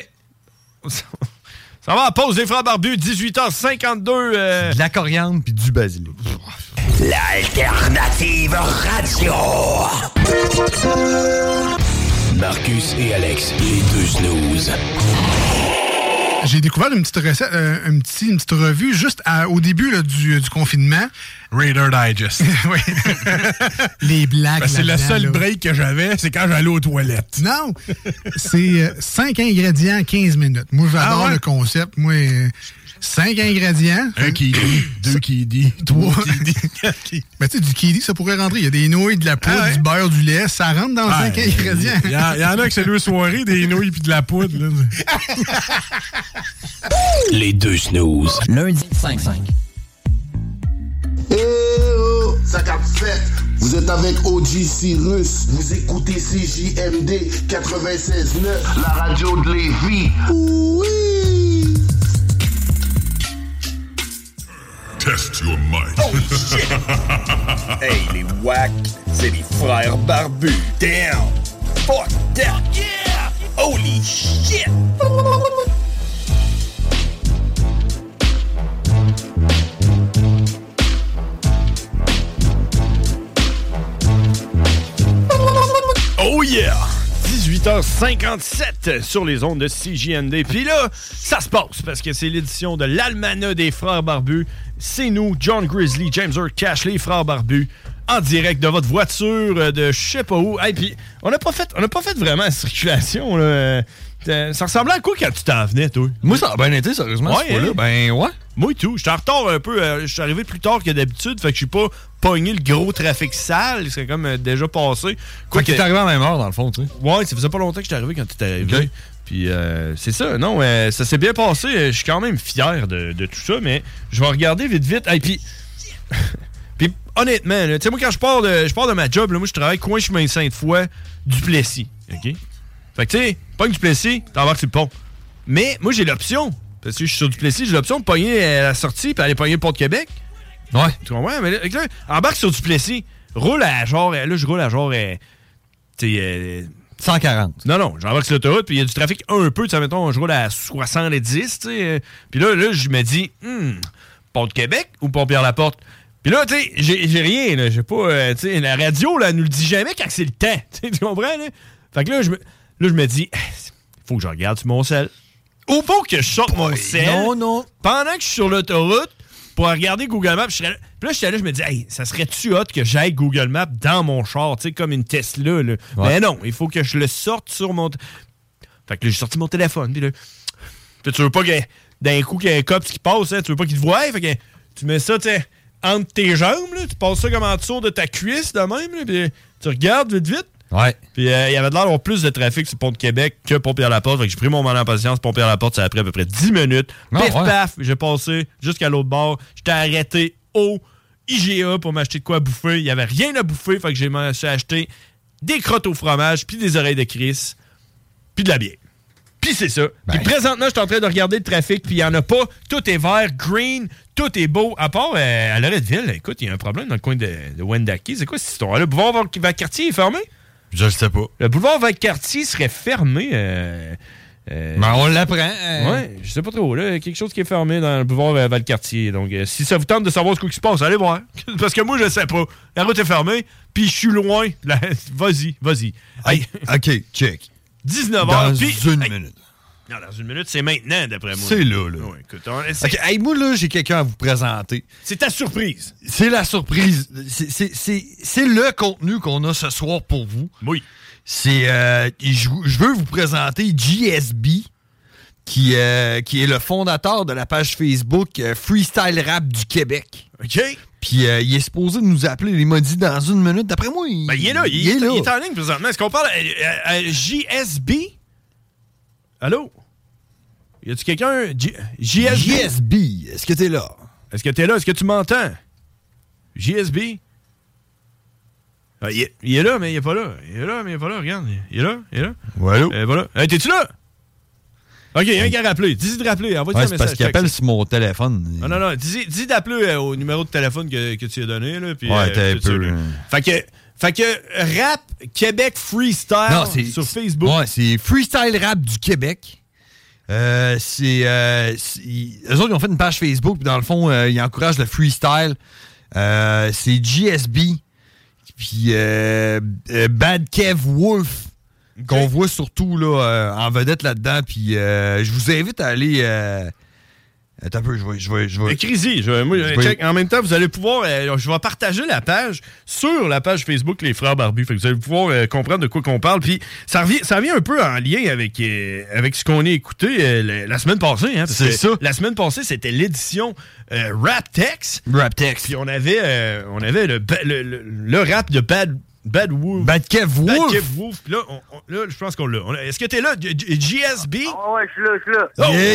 Speaker 8: Ça va, à la pause des frères barbus, 18h52. euh,
Speaker 9: De la coriandre puis du basilic.
Speaker 12: L'alternative radio.
Speaker 13: Marcus et Alex, les deux snooze.
Speaker 14: J'ai découvert une petite recette, euh, un petit- une petite revue juste à- au début là, du, du confinement.
Speaker 13: Raider Digest.
Speaker 14: oui. Les blagues.
Speaker 13: Ben, c'est le
Speaker 14: là-dedans,
Speaker 13: seul
Speaker 14: là.
Speaker 13: break que j'avais, c'est quand j'allais aux toilettes.
Speaker 14: Non! C'est 5 ingrédients, 15 minutes. Moi, j'adore
Speaker 13: Ah ouais?
Speaker 14: le concept. Moi, 5 ingrédients.
Speaker 13: Un qui dit, deux qui dit, trois qui dit.
Speaker 14: Mais tu sais, du kiwi, ça pourrait rentrer. Il y a des nouilles, de la poudre, du beurre, du lait. Ça rentre dans 5 ingrédients.
Speaker 13: Il y, en- y en a que c'est deux soirées, des nouilles puis de la poudre. là.
Speaker 12: Les deux snooze. Lundi 5-5.
Speaker 15: Eh oh, ça cap fait. Vous êtes avec OG Cyrus. Vous écoutez CJMD 96.9, la radio de Lévis. Oui.
Speaker 7: Test your mic.
Speaker 12: hey, les wack, c'est les frères barbus. Damn! Fuck that! Yeah! Holy shit!
Speaker 8: Oh yeah! 18h57 sur les ondes de CJMD. Puis là, ça se passe parce que c'est l'édition de l'Almanach des Frères Barbus. C'est nous, John Grizzly, James Cash, les Frères Barbus, en direct de votre voiture euh, de je sais pas où. Et puis, on n'a pas fait, on n'a pas fait vraiment la circulation. là. Euh, Ça ressemblait à quoi quand tu t'en venais, toi? hein?
Speaker 9: Moi, ça a bien été, sérieusement, ce fois-là. Ben ouais.
Speaker 8: Moi et tout. J'étais en retard un peu. euh, Je suis arrivé plus tard que d'habitude. Fait que je suis pas pogné le gros trafic sale. C'est comme euh, déjà passé.
Speaker 9: Quoi qu'il
Speaker 8: que-
Speaker 9: est arrivé à la même heure, dans le fond, tu sais.
Speaker 8: Ouais, ça faisait pas longtemps que j'étais arrivé quand t'étais arrivé. Puis euh, c'est ça, non, euh, ça s'est bien passé. Euh, Je suis quand même fier de, de tout ça, mais je vais regarder vite vite. Et puis, puis honnêtement, là, tu sais, moi, quand je pars de, je pars de ma job, là, moi, je travaille coin chemin Sainte-Foy, Duplessis. OK? Fait que, tu sais, pogne Duplessis, t'embarques sur le pont. Mais moi, j'ai l'option. Parce que je suis sur Duplessis, j'ai l'option de pogner à la sortie puis aller pogner le pont de Québec. Ouais. Tu comprends? Mais là, fait que là, embarque sur Duplessis, roule à genre, euh, là, je roule à genre, euh, tu sais, euh,
Speaker 9: 140.
Speaker 8: non, non, j'embarque sur l'autoroute, puis il y a du trafic un peu, tu sais, mettons, je roule à 70, tu sais. euh, Puis là, là, je me dis, hmm, Pont de Québec ou Pont Pierre-Laporte? Puis là, tu sais, j'ai j'ai rien, là, j'ai pas, euh, tu sais, la radio, là, elle nous le dit jamais quand c'est le temps, tu sais, tu comprends, là? Fait que là, je me là, je me dis, faut que je regarde sur mon sel. Ou faut que je sorte mon sel.
Speaker 9: non,
Speaker 8: Pendant que je suis sur l'autoroute, pour regarder Google Maps, je serais là. Puis là, j'étais là, je me dis, hey, ça serait-tu hot que j'aille Google Maps dans mon char, tu sais, comme une Tesla, là. Mais non, il faut que je le sorte sur mon. t- Fait que là, j'ai sorti mon téléphone, puis là. Puis tu veux pas que d'un coup qu'il y ait un copse qui passe, hein, tu veux pas qu'il te voie, fait que tu mets ça, tu sais, entre tes jambes, là, tu passes ça comme en dessous de ta cuisse de même, là, puis tu regardes vite vite.
Speaker 9: Ouais.
Speaker 8: Puis euh, il y avait de l'air d'avoir plus de trafic sur le pont de Québec que pont à la porte. Fait que j'ai pris mon moment en patience, pont à la porte, ça a pris à peu près 10 minutes.
Speaker 9: Ah,
Speaker 8: Pif
Speaker 9: ouais.
Speaker 8: paf, j'ai passé jusqu'à l'autre bord. J'étais arrêté au IGA pour m'acheter de quoi bouffer. Il y avait rien à bouffer, fait que j'ai m'en- j'ai acheté des crottes au fromage, puis des oreilles de Chris, puis de la bière. Puis c'est ça.
Speaker 9: Ben.
Speaker 8: Puis présentement, je suis en train de regarder le trafic, puis il n'y en a pas. Tout est vert, green, tout est beau. À part euh, à Loretteville, écoute, il y a un problème dans le coin de, de Wendake. C'est quoi cette histoire-là? Le boulevard Val- Valcartier est fermé?
Speaker 9: Je le sais pas.
Speaker 8: Le boulevard Valcartier serait fermé. euh, euh,
Speaker 9: Ben, on l'apprend, euh.
Speaker 8: Ouais, je sais pas trop. Là, quelque chose qui est fermé dans le boulevard euh, Valcartier. Donc, euh, si ça vous tente de savoir ce coup qui se passe, allez voir. Parce que moi, je sais pas. La route est fermée, puis je suis loin. Là, Vas-y, vas-y.
Speaker 9: OK, check.
Speaker 8: 19h,
Speaker 9: Dans
Speaker 8: puis-
Speaker 9: une
Speaker 8: Hey.
Speaker 9: minute.
Speaker 8: Non, dans une minute, c'est maintenant, d'après moi.
Speaker 9: C'est là, là.
Speaker 8: Ouais, écoute, on- c'est-
Speaker 9: OK, hey, moi, là, j'ai quelqu'un à vous présenter.
Speaker 8: C'est ta surprise.
Speaker 9: C'est la surprise. C'est- c'est- C'est c'est le contenu qu'on a ce soir pour vous.
Speaker 8: Oui.
Speaker 9: C'est. euh, je je veux vous présenter JSB, qui, euh, qui est le fondateur de la page Facebook euh, Freestyle Rap du Québec.
Speaker 8: OK.
Speaker 9: Puis euh, il est supposé nous appeler. Il m'a dit dans une minute. D'après moi, il,
Speaker 8: Ben, il est là. Il,
Speaker 9: il est là.
Speaker 8: il est en ligne présentement. Est-ce qu'on parle à, à- à JSB? Allô? Y a-tu quelqu'un? J- JSB?
Speaker 9: JSB, est-ce que t'es là?
Speaker 8: Est-ce que t'es là? Est-ce que tu m'entends? JSB? Ah, il, est, il est là, mais il est pas là. Il est là, mais il est pas là. Regarde, il est là, il est là.
Speaker 9: Ouais, allô?
Speaker 8: Euh, voilà. Hey, t'es-tu là? OK, il y a un qui a rappelé. Dis-y de rappeler. Envoie-lui
Speaker 9: Ouais,
Speaker 8: un
Speaker 9: c'est
Speaker 8: message.
Speaker 9: parce qu'il
Speaker 8: texte.
Speaker 9: appelle sur mon téléphone.
Speaker 8: Non, non, non. Dis, dis d'appeler euh, au numéro de téléphone que, que tu as donné. Là, puis,
Speaker 9: Ouais,
Speaker 8: euh,
Speaker 9: t'as un
Speaker 8: tout ça,
Speaker 9: peu,
Speaker 8: là.
Speaker 9: là.
Speaker 8: Fait que, fait que Rap Québec Freestyle
Speaker 9: Non, c'est-
Speaker 8: sur Facebook.
Speaker 9: Ouais, c'est Freestyle Rap du Québec. Euh, c'est, euh, c'est- ils- eux autres, ils ont fait une page Facebook, puis dans le fond, euh, ils encouragent le freestyle. Euh, c'est GSB, puis euh, euh, Bad Kev Wolf, qu'on voit surtout là, euh, en vedette là-dedans. Puis euh, je vous invite à aller. euh, attends un peu, je vais. Je vais, je vais-
Speaker 8: Écris-y. je- moi,
Speaker 9: Je vais-
Speaker 8: check. en même temps, vous allez pouvoir. euh, je vais partager la page sur la page Facebook Les Frères Barbus. Fait que vous allez pouvoir euh, comprendre de quoi qu'on parle. Puis ça revient, ça revient un peu en lien avec, euh, avec ce qu'on a écouté euh, la, la semaine passée. hein, parce
Speaker 9: C'est
Speaker 8: que
Speaker 9: ça.
Speaker 8: La semaine passée, c'était l'édition euh, Rap Tex.
Speaker 9: Rap Tex.
Speaker 8: Puis on avait, euh, on avait le, ba- le, le- le rap de Bad. Bad Wolf.
Speaker 9: Bad Kev Wolf.
Speaker 8: Bad Kev Wolf. Puis là, on- on- là, je pense qu'on l'a. On l'a. Est-ce que t'es là? J- J- JSB?
Speaker 10: Ah ouais, je suis là, je suis là.
Speaker 8: Oh!
Speaker 9: Yeah,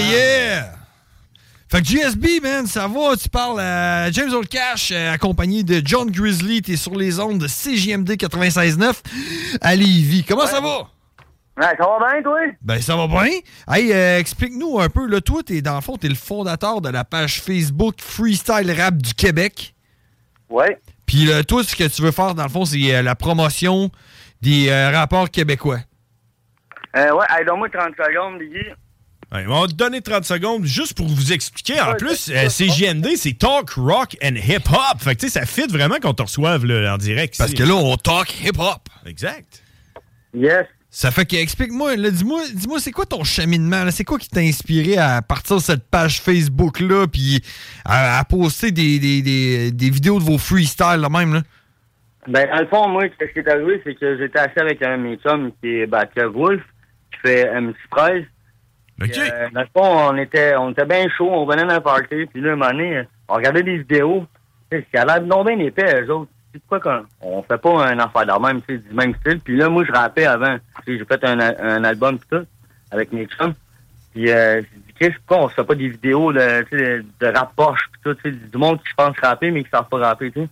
Speaker 9: yeah! Fait que GSB, man, ça va, tu parles à James Old Cash, euh, accompagné de John Grizzly, t'es sur les ondes de CJMD 96.9 à Lévis. Comment ça va?
Speaker 10: Ouais, ça va bien, toi?
Speaker 9: Ben, ça va bien. Hey, euh, explique-nous un peu, là, toi, t'es dans le fond, t'es le fondateur de la page Facebook Freestyle Rap du Québec.
Speaker 10: Ouais.
Speaker 9: Puis là, toi, ce que tu veux faire, dans le fond, c'est euh, la promotion des euh, rapports québécois.
Speaker 10: Euh, ouais, allez, donne-moi 30 secondes, Biggie.
Speaker 8: Ouais, on va te donner 30 secondes juste pour vous expliquer. En plus, euh, CJMD, c'est Talk Rock and Hip Hop. Fait que, tu sais, ça fit vraiment qu'on te reçoive là, en direct.
Speaker 9: Parce que là, on talk hip hop.
Speaker 8: Exact.
Speaker 10: Yes.
Speaker 9: Ça fait que, explique-moi, là, dis-moi, dis-moi, c'est quoi ton cheminement? là? C'est quoi qui t'a inspiré à partir de cette page Facebook-là, puis à, à poster des, des- des- des vidéos de vos freestyles, là, même, là?
Speaker 10: Ben, dans le fond, moi, ce qui est arrivé, c'est que j'étais assis avec un de mes chums qui est Batcave Wolf, qui fait MC Price. Euh,
Speaker 8: OK.
Speaker 10: dans le fond, on était, on était bien chaud, on venait d'un party, puis là, un moment donné, on regardait des vidéos. Tu sais, Ça a l'air non bien épais, eux autres. C'est quoi qu'on on fait pas un affaire de même, tu sais, du même style. Puis là, moi, je rappais avant. Tu sais, j'ai fait un, a- un album, pis tout, avec mes chums. Puis, euh, j'ai dit, Chris, pourquoi on se fait pas des vidéos de, tu sais, de rap poche, pis tout, tu sais, du monde qui pense rapper, mais qui savent pas rapper, tu sais.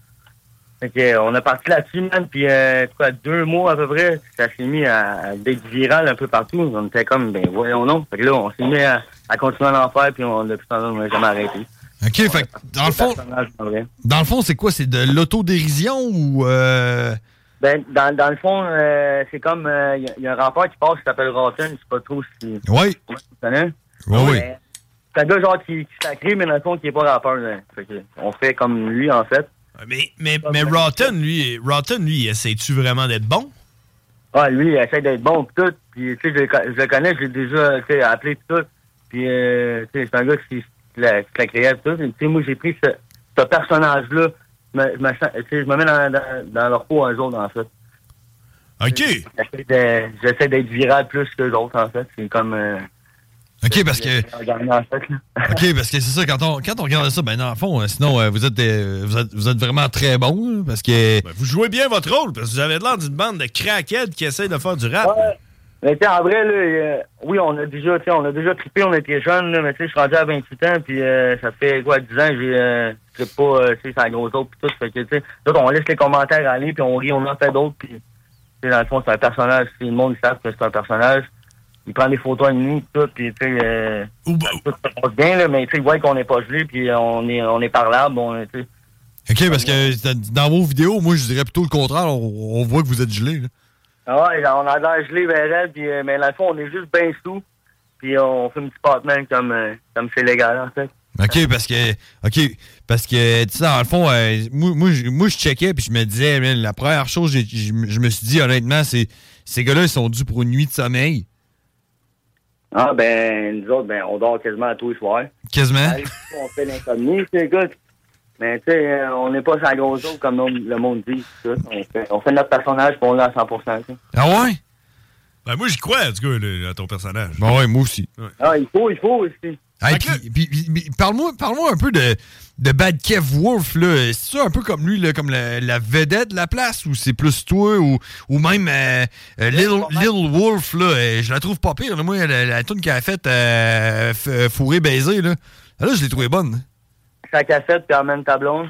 Speaker 10: Fait que, euh, on a parti là-dessus, man, puis euh, quoi, deux mois à peu près, ça s'est mis à, à être viral un peu partout. On était comme, ben voyons non. Fait que là, on s'est mis à, à continuer à en faire, puis on, depuis ce temps-là, on n'a jamais arrêté.
Speaker 9: OK, fait que, dans le fond,
Speaker 10: Personnage, en vrai.
Speaker 9: dans le fond, c'est quoi? C'est de l'autodérision ou... euh,
Speaker 10: Ben, dans, dans le fond, euh, c'est comme, il y, a un rappeur qui passe qui s'appelle Rotten, je sais pas trop si
Speaker 9: Oui.
Speaker 10: si tu connais.
Speaker 8: Ah
Speaker 9: Oui, oui.
Speaker 10: Mais C'est un gars genre qui, qui sacré, mais dans le fond, qui est pas rappeur. là. Fait que on fait comme lui, en fait.
Speaker 8: Mais, mais, mais Rotten, lui, Rotten, lui, essaie-tu vraiment d'être bon?
Speaker 10: Ah, lui, il essaie d'être bon pis tout. Puis, tu sais, je, le con- je le connais, je l'ai déjà tu sais, appelé pis tout. Puis, euh, tu sais, c'est un gars qui, qui la, qui la créait pis tout. Tu sais, moi, j'ai pris ce, ce personnage-là. Je me- je me sens- tu sais, je me mets dans, dans, dans leur peau un jour, en fait.
Speaker 8: OK.
Speaker 10: J'essaie de- j'essaie d'être viral plus que les autres, en fait. C'est comme... euh,
Speaker 9: OK, parce que...
Speaker 10: en fait, là.
Speaker 9: OK, parce que c'est ça, quand on, quand on regarde ça, ben dans le fond, euh, sinon, euh, vous, êtes, euh, vous, êtes, vous êtes vraiment très bon, hein, parce que...
Speaker 8: Ben, Vous jouez bien votre rôle, parce que vous avez l'air d'une bande de craquettes qui essaie de faire du rap.
Speaker 10: Mais tu sais, en vrai, là, euh, oui, on a déjà, tu sais, on a déjà trippé, on était jeunes, là, mais tu sais, je suis rendu à 28 ans, puis euh, ça fait quoi, 10 ans, j'ai euh, je trippe pas, euh, tu sais, c'est la grosse autre, puis tout, fait que, tu sais, nous autres, on laisse les commentaires aller, puis on rit, on en fait d'autres, puis, tu sais, dans le fond, c'est un personnage, si le monde, ils savent que c'est un personnage, il prend des photos à nous, puis tout, puis, tu sais, euh, tout se passe bien, là, mais, tu sais, ils voient qu'on n'est pas gelé, puis euh, on est, on est parlable, on, est, tu sais,
Speaker 9: OK, parce que euh, dans vos vidéos, moi, je dirais plutôt le contraire, on, on voit que vous êtes gelé. là.
Speaker 10: Ah Ouais, on a l'air gelé, ben raide, puis, euh, mais dans le fond, on est juste bien sous, puis on fait un petit partenaire comme, euh, comme c'est légal, en fait.
Speaker 9: OK, parce que. OK. Parce que, tu sais, dans le fond, euh, moi, moi, je- moi, je checkais puis je me disais, man, la première chose, j'ai- je me- je me suis dit, honnêtement, c'est ces gars-là, ils sont dus pour une nuit de sommeil.
Speaker 10: Ah, ben, nous autres, ben, on dort quasiment à tous les soirs.
Speaker 9: Quasiment.
Speaker 10: Allez, On fait l'insomnie, c'est écoute. Mais, tu sais, euh, on n'est pas sur la grosse eau, comme le- le monde dit. tout. On fait, on fait notre personnage, puis on l'a à 100 tu sais.
Speaker 9: Ah ouais?
Speaker 8: Ben moi, j'y crois, en tout cas, là, à ton personnage.
Speaker 9: Ben ouais, moi aussi.
Speaker 10: Ah, il faut, il faut aussi.
Speaker 9: Hey, puis- puis- puis- puis parle-moi parle-moi un peu de, de Bad Kev Wolf. là. C'est ça un peu comme lui, là, comme la, la vedette de la place, ou c'est plus toi, ou, ou même euh, euh, Lil, Lil Wolf. Là, euh, je la trouve pas pire. là. Moi, la, la tune qu'elle a faite, euh, F- euh, Fourré Baiser, là, Ah, là je l'ai trouvée bonne.
Speaker 10: Sa cassette, puis amène ta blonde.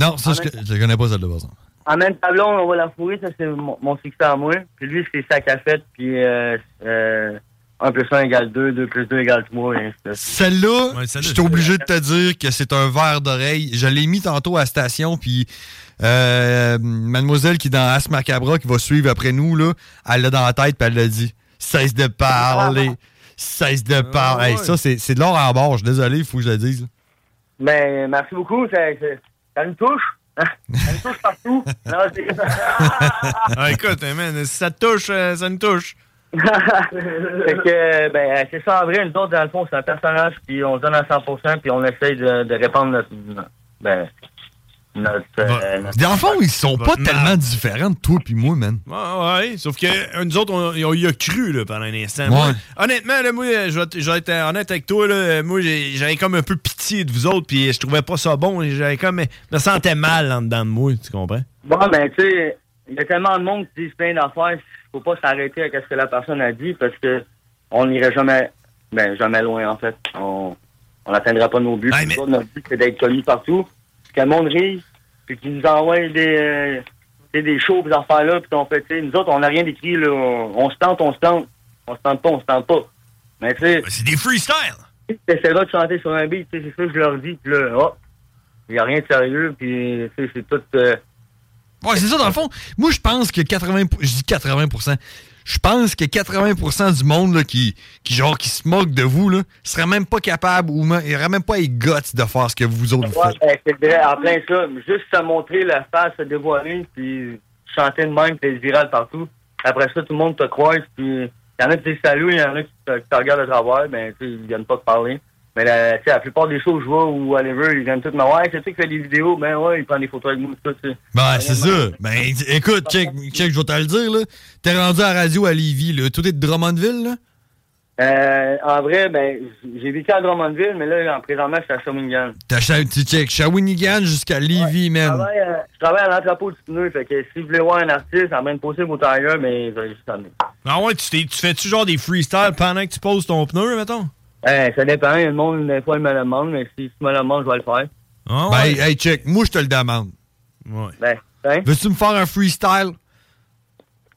Speaker 9: Non, ça, je, je la connais pas celle-là, par exemple.
Speaker 10: Amène ta blonde, on va la fourrer, ça, c'est mon, mon succès à moi. Puis lui, c'est sa cassette, puis euh, euh, 1 plus 1 égale 2, 2 plus 2 égale 3. Et c'est ça.
Speaker 9: Celle-là, je suis obligé de te dire que c'est un verre d'oreille. Je l'ai mis tantôt à la station, puis euh, mademoiselle qui est dans As Macabra, qui va suivre après nous, là, elle l'a dans la tête, puis elle l'a dit. Cesse de parler. Cesse de parler. Hey, ça, c'est c'est de l'or en bord. Je suis désolé, il faut que je le dise. là.
Speaker 10: Ben, merci beaucoup, ça, ça, ça nous touche. ça nous touche partout. Non, c'est-
Speaker 8: ah, écoute, hein, man, si ça te touche, euh, ça me touche.
Speaker 10: fait que, ben, c'est ça en vrai. Nous autres, dans le fond, c'est un personnage, puis on se donne à 100%, puis on essaye de, de répandre notre. Ben, notre. euh, notre-
Speaker 9: Dans le fond, ils sont pas tellement différents de toi puis moi, man.
Speaker 8: Ouais, ouais, sauf que euh, nous autres, on, on y a cru là, pendant un instant.
Speaker 9: Ouais.
Speaker 8: Moi, honnêtement, là, moi, euh, je vais t- je vais être honnête avec toi, là, euh, moi, j'ai- j'avais comme un peu pitié de vous autres, puis je trouvais pas ça bon. J'avais comme. Je me sentais mal en dedans de moi, tu comprends?
Speaker 10: Bon, ben, tu sais, il y a tellement de monde qui dit plein d'affaires, faut pas s'arrêter à ce que la personne a dit, parce que on n'irait jamais, ben, jamais loin, en fait. On on n'atteindra pas nos buts. Nous autres, notre but, c'est d'être connus partout, puis que le monde rit, puis qu'ils nous envoient des. euh, tu sais, des shows, des affaires-là, puis on fait, tu sais, nous autres, on n'a rien d'écrit, là, on, on se tente, on se tente, on se tente pas, on se tente pas. Mais tu sais...
Speaker 8: C'est des freestyles!
Speaker 10: Tu essaieras de chanter sur un beat, tu sais, c'est ça que je leur dis, puis là, oh, il n'y a rien de sérieux, puis tu sais, c'est tout... euh,
Speaker 9: Ouais, c'est ça, dans le fond. Moi, je pense que 80... Je dis 80 Je pense que 80 du monde là, qui, qui, genre, qui se moque de vous, là, serait même pas capable ou même, il aurait même pas les guts de faire ce que vous autres vous
Speaker 10: Ouais,
Speaker 9: faites.
Speaker 10: ben, c'est vrai, en plein ça. Juste se montrer la face, se dévoiler, puis chanter de même, puis être viral partout. Après ça, tout le monde te croise, puis il y en a qui disent salut, il y en a qui te, qui te regardent à travers, ben, tu sais, ils viennent pas te parler. Mais la, tu sais, la plupart des shows que je vois ou whatever, ils viennent tout me ouais, c'est toi qui fais des vidéos, ben ouais, ils prennent des photos avec nous, tout ça, tu sais.
Speaker 9: Ben, c'est ça. Ben, d- écoute, check, check, je vais te le dire, là. T'es rendu à la radio à Lévis, là. Tout est de Drummondville, là.
Speaker 10: Euh, en vrai, ben, j'ai vécu à Drummondville, mais là, en présentement, je suis à Shawinigan.
Speaker 9: T'as cha- tu check Shawinigan jusqu'à Lévis,
Speaker 10: Je
Speaker 9: man.
Speaker 10: travaille, à- je travaille à l'entrepôt du pneu, fait que si vous voulez voir un artiste, en même possible au tailleur, mais vous allez juste amener.
Speaker 8: Ah ouais, tu, t'es- tu fais-tu genre des freestyles pendant que tu poses ton pneu, mettons?
Speaker 10: Eh, ça dépend. Le
Speaker 9: Ah,
Speaker 10: monde, des fois, il me le demande, mais si tu me le demandes, je vais le faire.
Speaker 9: Ben, hey, check, moi, je te le demande.
Speaker 8: Ouais.
Speaker 10: Ben, hein?
Speaker 9: Veux-tu me faire un freestyle?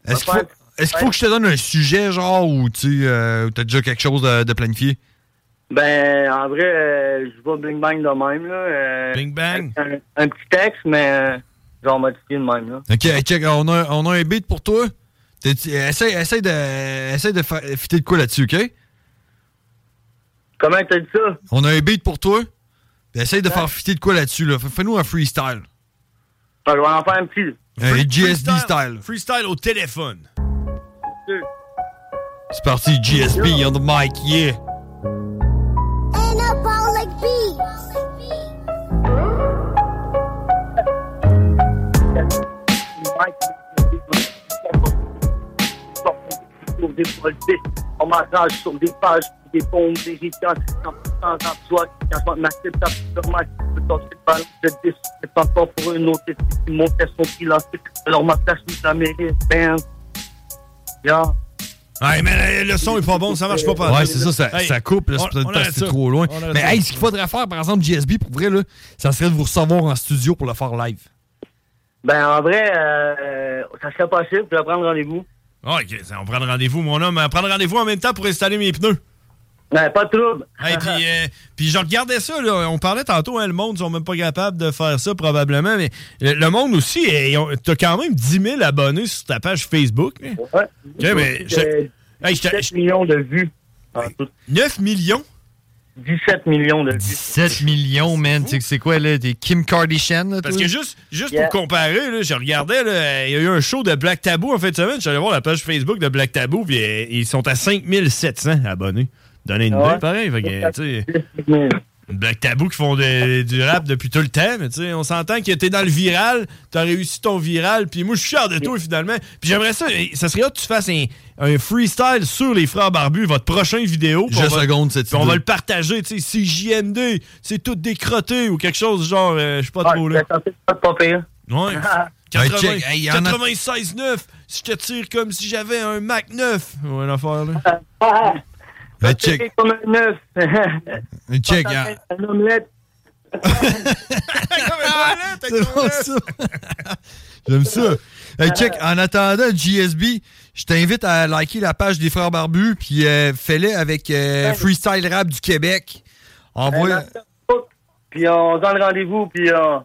Speaker 9: Est-ce qu'il faut,
Speaker 10: faire-
Speaker 9: est-ce qu'il faut que je te donne un sujet, genre, ou tu sais, euh, où t'as déjà quelque chose de, de planifié?
Speaker 10: Ben, en vrai, euh, je vois Bling Bang de même, là. euh, Un, un petit texte, mais euh, genre modifié de même, là.
Speaker 9: Ok, ok, on a, on a un beat pour toi. T'es- Essaye, essaye de, essaye de fa- fitter de quoi là-dessus, ok?
Speaker 10: Comment t'as dit ça?
Speaker 9: On a un beat pour toi. Puis Essaye de faire fitter de quoi là-dessus, là. F- Fais-nous un freestyle.
Speaker 10: Fait que Ben, je vais en faire un petit.
Speaker 9: Un GSB style.
Speaker 8: Freestyle au téléphone.
Speaker 9: C'est parti, GSB on the mic, yeah.
Speaker 16: Anabolic beats.
Speaker 10: sur des volets. On m'arrache sur des pages, des bombes, des ricains, sans emploi. Quand je m'accepte à plusieurs matchs, je peux tenter le ballon, je dis, c'est pas fort pour une autre. Et si mon test sont pilotés, alors ma place, je la mérite. Ben, yeah.
Speaker 8: Hey, mais euh, le son est pas bon, ça marche pas pas.
Speaker 9: Ouais, c'est ça, ça,
Speaker 8: Hey,
Speaker 9: ça coupe, là,
Speaker 8: on-
Speaker 9: c'est peut-être
Speaker 8: on
Speaker 9: parce
Speaker 8: arrête
Speaker 9: que c'est
Speaker 8: ça.
Speaker 9: trop loin.
Speaker 8: On arrête
Speaker 9: Mais
Speaker 8: ça.
Speaker 9: hey, ce qu'il faudrait faire, par exemple, GSB, pour vrai, là, ça serait de vous recevoir en studio pour le faire live.
Speaker 10: Ben, en vrai, euh, ça serait possible, je vais prendre rendez-vous.
Speaker 8: Ah, ok, ça, on prend le rendez-vous, mon homme. On prend le rendez-vous en même temps pour installer mes pneus.
Speaker 10: Ouais, pas de trouble.
Speaker 8: Hey, puis, euh, puis je regardais ça, là, on parlait tantôt, hein, le monde, ils sont même pas capables de faire ça probablement, mais le, le monde aussi, eh, ils ont- t'as quand même 10 000 abonnés sur ta page Facebook. hein.
Speaker 10: Ouais.
Speaker 8: Ok, mais je- Hey, je te-
Speaker 10: 17 millions de vues.
Speaker 8: 9 millions?
Speaker 10: 17 millions de vues.
Speaker 9: 17 millions, man. Tu sais que C'est quoi, là? T'es Kim Kardashian, là,
Speaker 8: Parce
Speaker 9: toi?
Speaker 8: que juste, juste
Speaker 9: Yeah.
Speaker 8: pour comparer, là, je regardais, là, il y a eu un show de Black Tabou en fin de semaine. J'allais voir la page Facebook de Black Tabou, puis euh, ils sont à 5700 abonnés. Donnez une
Speaker 10: Ah ouais?
Speaker 8: idée, pareil. Fait que, tu sais, Black Tabou qui font de- du rap depuis tout le temps, mais tu sais, on s'entend que t'es dans le viral, t'as réussi ton viral, puis moi, je suis fier de toi, finalement. Puis j'aimerais ça, eh, ça serait hot que tu fasses un, un freestyle sur les frères barbus, votre prochaine vidéo. puis
Speaker 9: Je
Speaker 8: on va-
Speaker 9: seconde cette
Speaker 8: puis on
Speaker 9: idée.
Speaker 8: va le partager, tu sais, c'est JMD, c'est tout décrotté ou quelque chose genre, euh, je sais pas trop là.
Speaker 10: Pas pire.
Speaker 8: Ouais.
Speaker 9: Ouais, Ben,
Speaker 8: 80
Speaker 9: check. Hey, y en a-
Speaker 8: 96,9. Si je te tire comme si j'avais un Mac 9. Ouais, une affaire, là.
Speaker 9: Ben, check.
Speaker 10: comme un neuf.
Speaker 8: Ah,
Speaker 9: Check,
Speaker 10: Pas
Speaker 9: hein.
Speaker 10: Un omelette.
Speaker 9: C'est bon, ça. J'aime ça.
Speaker 10: Ah.
Speaker 9: Hey, check, en attendant, GSB, je t'invite à liker la page des Frères Barbus, puis euh, fais-le avec euh, Freestyle Rap du Québec. Envoie.
Speaker 10: Puis on se donne rendez-vous, puis euh,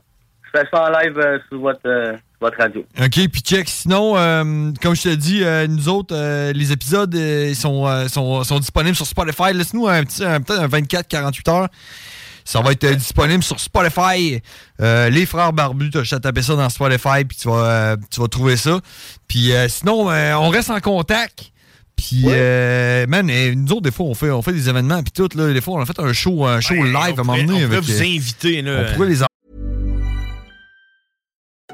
Speaker 10: je fais ça en live euh, sur votre, euh, votre radio.
Speaker 9: OK, puis check. Sinon, euh, comme je te dis, euh, nous autres, euh, les épisodes euh, ils sont, euh, sont, sont disponibles sur Spotify. Laisse-nous un petit, un- peut-être un 24-48 heures. Ça va être euh, disponible sur Spotify. Euh, les frères barbus, t'as juste à taper ça dans Spotify, puis tu vas, euh, tu vas trouver ça. Puis euh, sinon, euh, on reste en contact. Puis, euh, man, euh, nous autres, des fois, on fait, on fait des événements, puis tout. Là, des fois, on a fait un show, un show live à un moment donné.
Speaker 8: on pourrait
Speaker 9: avec,
Speaker 8: vous euh.
Speaker 9: euh,
Speaker 8: inviter, là.
Speaker 9: On pourrait les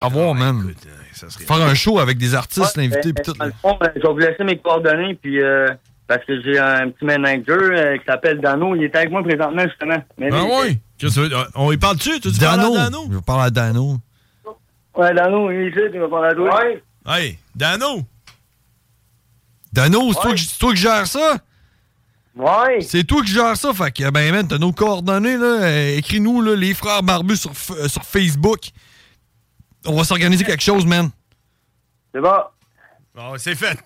Speaker 8: Ah,
Speaker 9: avoir, man.
Speaker 8: euh,
Speaker 9: Faire un show avec des artistes,
Speaker 10: Ouais,
Speaker 9: l'inviter,
Speaker 10: euh,
Speaker 9: puis tout.
Speaker 10: dans le fond, euh, je vais vous laisser mes coordonnées, puis euh, parce que j'ai un petit manager euh, qui s'appelle Dano. Il est avec moi présentement, justement. Mais
Speaker 8: Ah
Speaker 10: lui-
Speaker 8: oui? Qu'est-ce que tu veux? Ah, On y parle-tu? Tu parles à Dano?
Speaker 9: Je parle à Dano.
Speaker 10: Ouais, Dano, il est ici, il va parler à toi. Ouais.
Speaker 8: Hey, Dano!
Speaker 9: Dano, c'est toi, que- c'est toi qui gères ça?
Speaker 10: Ouais.
Speaker 9: C'est toi qui gères ça. Fait que, ben, man, t'as nos coordonnées, là. Euh, Écris-nous, là, les frères barbus sur, F- euh, sur Facebook. On va s'organiser quelque chose, man.
Speaker 10: C'est bon.
Speaker 8: Bon, c'est fait.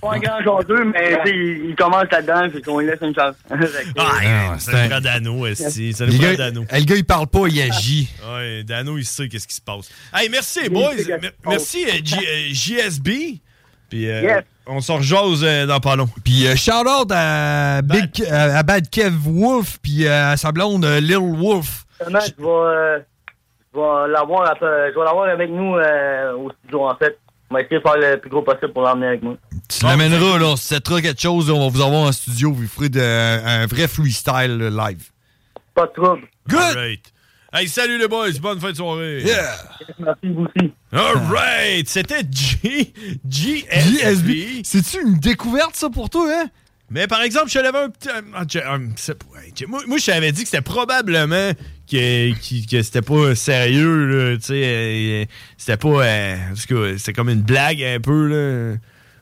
Speaker 10: Pas un grand jaseux, mais tu sais, il, il commence là-dedans, puis qu'on lui laisse une chance. Fait que-
Speaker 8: Ah,
Speaker 9: c'est
Speaker 8: c'est
Speaker 9: un-
Speaker 8: le grand Dano, esti. C'est le
Speaker 9: Le
Speaker 8: grand
Speaker 9: gars, eh,
Speaker 8: Dano.
Speaker 9: le gars, il parle pas, il agit.
Speaker 8: Ouais, Dano, il sait qu'est-ce qui se passe. Hey, merci, boys.
Speaker 9: sait qu'est-ce
Speaker 8: Mer-
Speaker 9: qui se
Speaker 8: Merci, euh, J- euh, JSB. Puis, euh,
Speaker 9: Yes.
Speaker 8: on s'en rejase euh, dans pas long.
Speaker 9: Puis euh, shout out à, Big, à, à Bad Kev Wolf, puis euh, à sa blonde euh, Lil Wolf.
Speaker 10: Justement, je vais, euh, je vais l'avoir un peu- je vais l'avoir avec nous euh, au studio, en fait. On va essayer de faire le plus gros possible pour l'emmener avec nous.
Speaker 9: Tu
Speaker 8: ben,
Speaker 9: l'amèneras, là, on se settera quelque chose, on va vous avoir en studio, vous ferez de- un vrai freestyle là, live.
Speaker 10: Pas de trouble.
Speaker 8: Good. Hey, salut les boys. Bonne fin de soirée.
Speaker 9: Yeah.
Speaker 10: Merci, vous aussi.
Speaker 8: All
Speaker 9: Ah.
Speaker 8: right. C'était G... JSB.
Speaker 9: C'est-tu une découverte, ça, pour toi, hein?
Speaker 8: Mais par exemple, je te l'avais un petit. un- un- un- un- c'est- ouais, tu- moi, moi, je t'avais dit que c'était probablement que, qui- que c'était pas sérieux, là. Tu sais, euh, c'était pas. euh, en tout cas, c'était comme une blague un peu, là.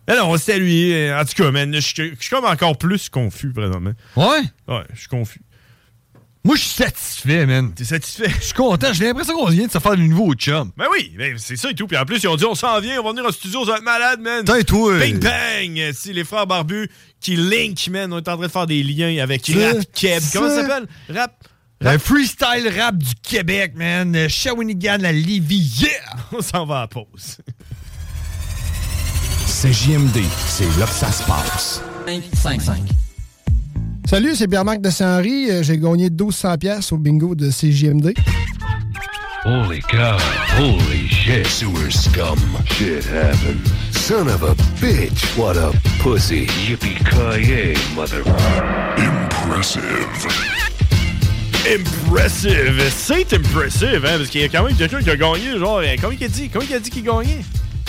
Speaker 8: Mais non, c'était lui. euh, En tout cas, man, je suis je suis comme encore plus confus présentement.
Speaker 9: Ouais?
Speaker 8: Ouais, je suis confus.
Speaker 9: Moi, je suis satisfait, man.
Speaker 8: T'es satisfait? Je
Speaker 9: suis content, j'ai l'impression qu'on vient de se faire du nouveau chum.
Speaker 8: Ben oui, ben c'est ça et tout. Puis en plus, ils ont dit on s'en vient, on va venir au studio, ça va être malade, man.
Speaker 9: Tain, toi.
Speaker 8: Bing bang! Euh, Si les frères barbus qui link, man, on est en train de faire des liens avec
Speaker 9: Ça,
Speaker 8: Rap Keb. Comment ça
Speaker 9: ça.
Speaker 8: s'appelle? Rap.
Speaker 9: Le freestyle rap du Québec, man. Euh, Shawinigan, la Lévis, yeah!
Speaker 8: On s'en va à la pause.
Speaker 13: C'est JMD, c'est là que ça se passe.
Speaker 16: 5-5.
Speaker 17: Salut, c'est Pierre-Marc de Saint-Henri. Euh, J'ai gagné 1200$ piastres au bingo de CJMD.
Speaker 7: Holy cow. Holy shit. Sewer scum. Shit happened. Son of a bitch. What a pussy. Yippee-ki-yay, mother... Impressive.
Speaker 8: Impressive! C'est impressive, hein? Parce qu'il y a quand même quelqu'un qui a gagné, genre, euh, combien qu'il a dit? Combien qu'il a dit qu'il gagnait?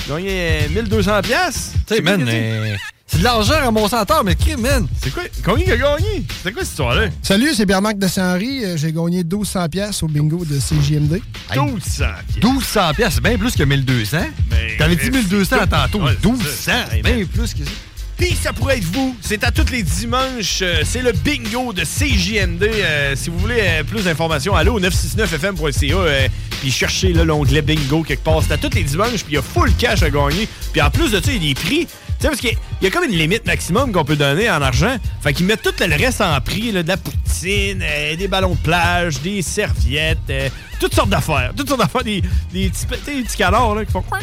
Speaker 8: Il gagnait euh, 1200$? piastres?
Speaker 9: Tu sais,
Speaker 8: Combien
Speaker 9: man,
Speaker 8: qu'il a dit?
Speaker 9: euh, c'est de l'argent à mon senteur, mais crime, man.
Speaker 8: C'est quoi? Combien il a gagné? C'est quoi cette histoire-là?
Speaker 17: Salut, c'est Pierre-Marc de Saint-Henri. Euh, J'ai gagné 1200$ piastres au bingo de CJMD.
Speaker 8: 1200$.
Speaker 9: 1200 piastres, c'est bien plus que 1200.
Speaker 8: Mais-
Speaker 9: T'avais
Speaker 8: mais
Speaker 9: dit 1200
Speaker 8: c'est-
Speaker 9: tantôt.
Speaker 8: Ouais, c'est
Speaker 9: 1200,
Speaker 8: ça.
Speaker 9: c'est bien plus que ça.
Speaker 8: Puis ça pourrait être vous. C'est à tous les dimanches. euh, C'est le bingo de CJMD. Euh, si vous voulez euh, plus d'informations, allez au 969fm.ca. euh, puis cherchez là, l'onglet bingo quelque part. C'est à tous les dimanches. Puis il y a full cash à gagner. Puis en plus de ça, il y a des prix. Tu sais, parce qu'il y a- il y a comme une limite maximum qu'on peut donner en argent. Fait qu'ils mettent tout le reste en prix. Là, de la poutine, euh, des ballons de plage, des serviettes, euh, toutes sortes d'affaires. Toutes sortes d'affaires. Des, des, petits, tu sais, des petits canards là, qui font... Je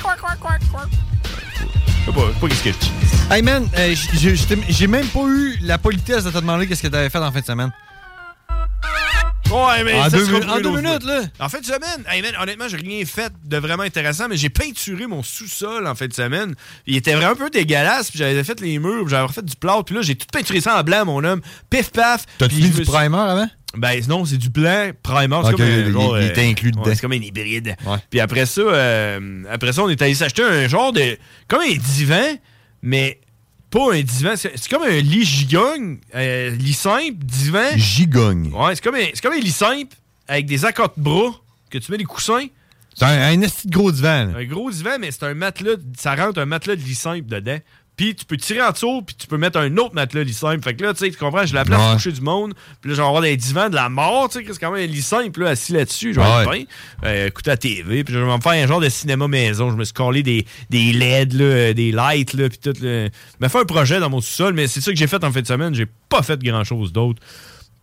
Speaker 8: sais pas, pas qu'est-ce que je dis.
Speaker 9: Hey man, euh, j- j'ai- j'étais- j'ai même pas eu la politesse de te demander qu'est-ce que t'avais fait en fin de semaine.
Speaker 8: Ouais, mais
Speaker 9: En
Speaker 8: ça
Speaker 9: deux
Speaker 8: sera
Speaker 9: mi-
Speaker 8: pour
Speaker 9: en
Speaker 8: une
Speaker 9: deux
Speaker 8: autre
Speaker 9: minutes,
Speaker 8: fois. En fin de semaine, hey man, honnêtement, j'ai rien fait de vraiment intéressant, mais j'ai peinturé mon sous-sol en fin de semaine. Il était vraiment un peu dégueulasse, puis j'avais fait les murs, puis j'avais refait du plâtre, puis là, j'ai tout peinturé ça en blanc, mon homme. Pif paf.
Speaker 9: T'as-tu
Speaker 8: Puis je
Speaker 9: mis du
Speaker 8: me suis-
Speaker 9: primer avant?
Speaker 8: Ben non, c'est du blanc primer. C'est
Speaker 9: Ok,
Speaker 8: comme un
Speaker 9: il-
Speaker 8: genre, euh,
Speaker 9: il était inclus
Speaker 8: ouais,
Speaker 9: dedans.
Speaker 8: c'est comme un hybride. Puis après ça, euh, après ça, on est allé s'acheter un genre de... Comme un divan, mais pas un divan. C'est c'est comme un lit gigogne, euh, lit simple, divan.
Speaker 9: Gigogne.
Speaker 8: Ouais, c'est comme, un- c'est comme un lit simple avec des accords de bras que tu mets des coussins.
Speaker 9: C'est un, un esti de gros divan. là.
Speaker 8: Un gros divan, mais c'est un matelas. Ça rentre un matelas de lit simple dedans. Puis tu peux tirer en dessous, puis tu peux mettre un autre matelas lit simple. Fait que là, tu sais, tu comprends, j'ai la place
Speaker 9: Ouais.
Speaker 8: pour coucher du monde. Puis là, j'en avoir des divans de la mort, tu sais, que c'est quand même un lit simple, là, assis là-dessus. Je vais être
Speaker 9: Ouais.
Speaker 8: bien. Euh, écouter la TV. Puis je vais me faire un genre de cinéma maison. Je me suis collé des, des LED, là, euh, des lights, là, puis tout. là. Je me fait un projet dans mon sous-sol, mais c'est ça que j'ai fait en fin de semaine. J'ai pas fait grand-chose d'autre.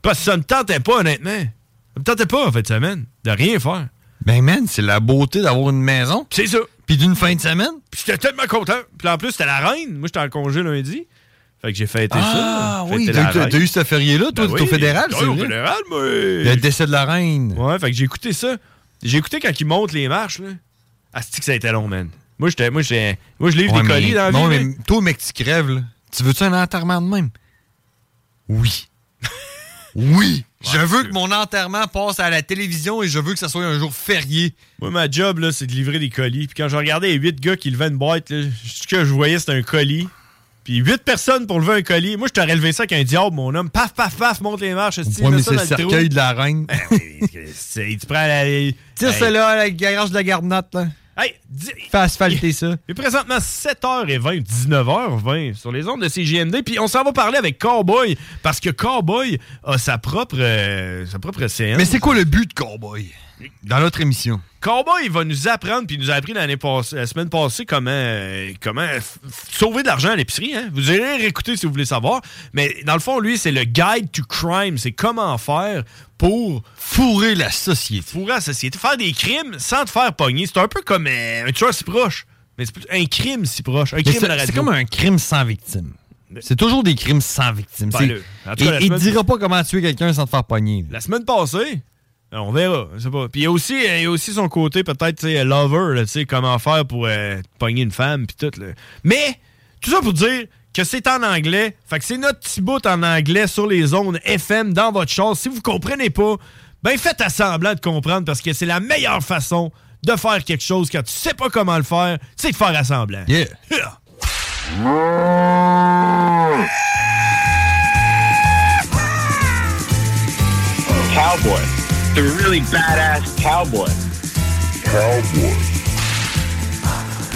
Speaker 8: Parce que ça me tentait pas, honnêtement. Ça me tentait pas en fin de semaine de rien faire.
Speaker 9: Ben man, c'est la beauté d'avoir une maison.
Speaker 8: C'est ça.
Speaker 9: Puis d'une fin de semaine.
Speaker 8: Puis j'étais tellement content. Puis en plus, c'était la reine. Moi, j'étais en congé lundi. Fait que j'ai fêté ça.
Speaker 9: Ah oui,
Speaker 8: Fêté
Speaker 9: t'as
Speaker 8: la
Speaker 9: eu- t'as-
Speaker 8: reine.
Speaker 9: t'as eu ce férié-là, toi,
Speaker 8: Ben
Speaker 9: t'es au
Speaker 8: oui,
Speaker 9: fédéral,
Speaker 8: oui,
Speaker 9: c'est
Speaker 8: au
Speaker 9: vrai?
Speaker 8: fédéral, moi.
Speaker 9: Le décès de la reine.
Speaker 8: Ouais, fait que j'ai écouté ça. J'ai écouté quand ils montent les marches, là. Asti que ça a été long, man. Moi, j'étais, moi, j'étais, moi, je livre
Speaker 9: Ouais,
Speaker 8: des
Speaker 9: mais-
Speaker 8: colis dans la
Speaker 9: non,
Speaker 8: vie.
Speaker 9: mais toi, mec, tu crèves, là. Tu veux-tu un enterrement de même? Oui. oui. je veux que mon enterrement passe à la télévision et je veux que ça soit un jour férié.
Speaker 8: Moi, ma job, là, c'est de livrer des colis. Puis quand je regardais les huit gars qui levaient une boîte, là, ce que je voyais, c'était un colis. Puis huit personnes pour lever un colis. Moi, je t'aurais levé ça avec un diable, mon homme. Paf, paf, paf, monte les marches. esti,
Speaker 9: Ouais,
Speaker 8: mets
Speaker 9: mais
Speaker 8: ça
Speaker 9: c'est
Speaker 8: dans
Speaker 9: le
Speaker 8: trou.
Speaker 9: cercueil de la reine.
Speaker 8: C'est- Tu prends la.
Speaker 9: Tire
Speaker 8: Hey.
Speaker 9: cela à la garage de la garnotte, là.
Speaker 8: Hey, dis-
Speaker 9: Fais asphalter ça.
Speaker 8: Il est présentement 7h20, 19h20 sur les ondes de CGMD. Puis on s'en va parler avec Cowboy parce que Cowboy a sa propre, euh, sa propre scène.
Speaker 9: Mais c'est quoi le but de Cowboy dans notre émission?
Speaker 8: Cowboy, il va nous apprendre, puis il nous a appris l'année pass- la semaine passée comment, euh, comment f- f- sauver de l'argent à l'épicerie. hein. Vous irez réécouter si vous voulez savoir. Mais dans le fond, lui, c'est le guide to crime. C'est comment faire pour
Speaker 9: fourrer la société.
Speaker 8: Fourrer la société. Faire des crimes sans te faire pogner. C'est un peu comme euh, un tueur si proche. Mais c'est plus- un crime si proche. Un
Speaker 9: Mais
Speaker 8: crime
Speaker 9: c'est-
Speaker 8: à la radio.
Speaker 9: C'est comme un crime sans victime. C'est toujours des crimes sans victime.
Speaker 8: Ben,
Speaker 9: C'est-
Speaker 8: le- en tout cas, la
Speaker 9: et, il
Speaker 8: semaine-
Speaker 9: dira pas comment tuer quelqu'un sans te faire pogner. là.
Speaker 8: La semaine passée, euh, on verra, je sais pas. Puis il y a aussi, euh, il y a aussi son côté peut-être tu sais, euh, lover, là, tu sais comment faire pour euh, pogner une femme puis tout. là. Mais tout ça pour dire que c'est en anglais, fait que c'est notre petit bout en anglais sur les zones FM dans votre char. Si vous comprenez pas, ben faites à semblant de comprendre parce que c'est la meilleure façon de faire quelque chose quand tu sais pas comment le faire, c'est de faire à semblant.
Speaker 9: Yeah.
Speaker 18: Cowboy. The really badass cowboy. Cowboy.